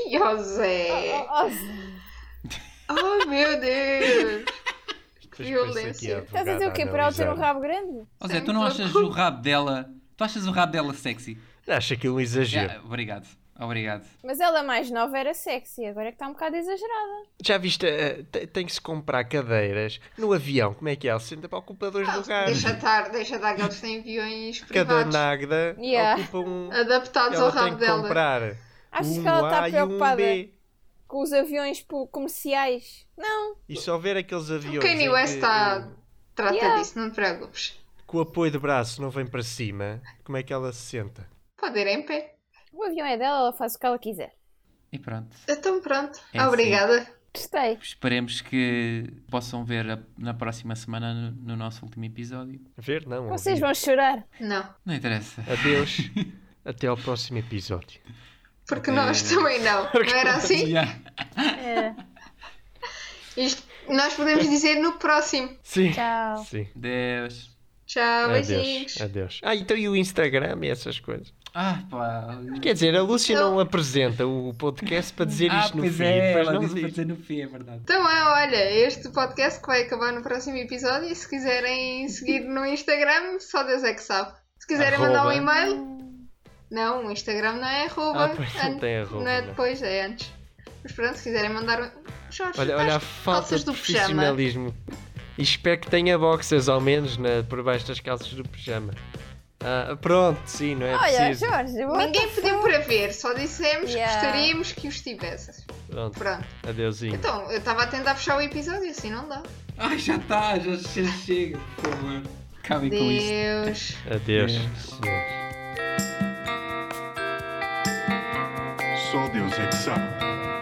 Speaker 2: E o Zé.
Speaker 4: Oh, oh, Zé,
Speaker 2: Oh meu Deus!
Speaker 5: Depois
Speaker 2: Violência.
Speaker 5: pensa que é
Speaker 4: Estás a dizer o quê?
Speaker 5: advogada
Speaker 4: Para ela ter um
Speaker 5: analisar.
Speaker 4: rabo grande?
Speaker 3: Ó Zé, tu não achas o rabo dela. Tu achas o rabo dela sexy?
Speaker 5: Acho aquilo um exagero.
Speaker 3: Já, obrigado, obrigado.
Speaker 4: Mas ela mais nova era sexy, agora é que está um bocado exagerada.
Speaker 5: Já viste, eh, te- tem que se comprar cadeiras no avião. Como é que é? Ela senta para ocupar dois lugares.
Speaker 2: Deixa estar, deixa estar que eles têm aviões
Speaker 5: Cada
Speaker 2: Ah, privados
Speaker 5: nagda
Speaker 4: Yeah.
Speaker 5: ocupa um.
Speaker 2: adaptados ao
Speaker 5: Ela tem
Speaker 2: rabo
Speaker 5: que
Speaker 2: dela.
Speaker 5: comprar
Speaker 4: Acho
Speaker 5: um
Speaker 4: que ela está
Speaker 5: A e um
Speaker 4: preocupada.
Speaker 5: B.
Speaker 4: Com os aviões pu- comerciais. Não,
Speaker 5: E só ver aqueles aviões.
Speaker 2: Então, O tá- Kanye
Speaker 5: em
Speaker 2: West
Speaker 5: que,
Speaker 2: está.
Speaker 5: eh,
Speaker 2: Trata
Speaker 4: Yeah.
Speaker 2: disso, não te preocupes.
Speaker 5: Que o apoio de braço não vem para cima. Como é que ela se senta?
Speaker 2: Pode ir em pé.
Speaker 4: o avião é dela, ela faz o que ela quiser.
Speaker 3: E pronto.
Speaker 2: Então pronto.
Speaker 3: É assim.
Speaker 2: Obrigada.
Speaker 4: Gostei.
Speaker 3: Esperemos que possam ver a- na próxima semana no, no nosso último episódio.
Speaker 5: Ver? Não.
Speaker 4: Vocês
Speaker 5: ouvir.
Speaker 4: vão chorar.
Speaker 2: Não.
Speaker 3: Não interessa.
Speaker 5: Adeus. Até ao próximo episódio.
Speaker 2: Porque nós também não. Não era assim?
Speaker 3: Já.
Speaker 4: É.
Speaker 2: Isto nós podemos dizer no próximo.
Speaker 5: Sim.
Speaker 4: Tchau.
Speaker 5: Sim.
Speaker 3: Deus.
Speaker 2: Tchau, beijinhos.
Speaker 5: Adeus. Adeus. Ah, então e o Instagram e essas coisas?
Speaker 3: Ah, pá.
Speaker 5: Quer dizer, a Lúcia
Speaker 2: Não.
Speaker 5: não apresenta o podcast para dizer
Speaker 3: Ah,
Speaker 5: isto no
Speaker 3: pois
Speaker 5: fim.
Speaker 3: é,
Speaker 5: depois
Speaker 3: ela
Speaker 5: não
Speaker 3: disse para
Speaker 5: diz.
Speaker 3: dizer no fim, é verdade.
Speaker 2: Então é, olha, este podcast que vai acabar no próximo episódio e se quiserem seguir no Instagram, só Deus é que sabe. Se quiserem mandar um
Speaker 5: Arroba.
Speaker 2: e-mail, Não, o Instagram não é arroba.
Speaker 5: Ah, pois não
Speaker 2: Ant-
Speaker 5: tem arroba,
Speaker 2: Não é
Speaker 5: não.
Speaker 2: depois, é antes. Mas pronto, se quiserem mandar um. Jorge,
Speaker 5: Olha, olha a
Speaker 2: estás-
Speaker 5: falta
Speaker 2: calças
Speaker 5: de
Speaker 2: do pijama.
Speaker 5: profissionalismo. E espero que tenha boxers, ao menos, na, por baixo das calças do pijama. Ah, pronto, sim, não é
Speaker 4: Olha,
Speaker 5: preciso.
Speaker 4: Jorge, what
Speaker 2: Ninguém
Speaker 4: the
Speaker 2: pediu
Speaker 4: fuck?
Speaker 2: para ver, só dissemos
Speaker 4: Yeah.
Speaker 2: que gostaríamos que os tivesses.
Speaker 5: Pronto,
Speaker 2: Pronto.
Speaker 5: adeusinho.
Speaker 2: Então, eu estava a tentar fechar o episódio, assim não dá.
Speaker 3: Ai, já está, já, já chega, por favor. Acabem com
Speaker 5: Então,
Speaker 3: isto.
Speaker 2: Deus.
Speaker 5: Adeus.
Speaker 3: Adeus.
Speaker 5: senhores.
Speaker 1: Só Deus é que sabe.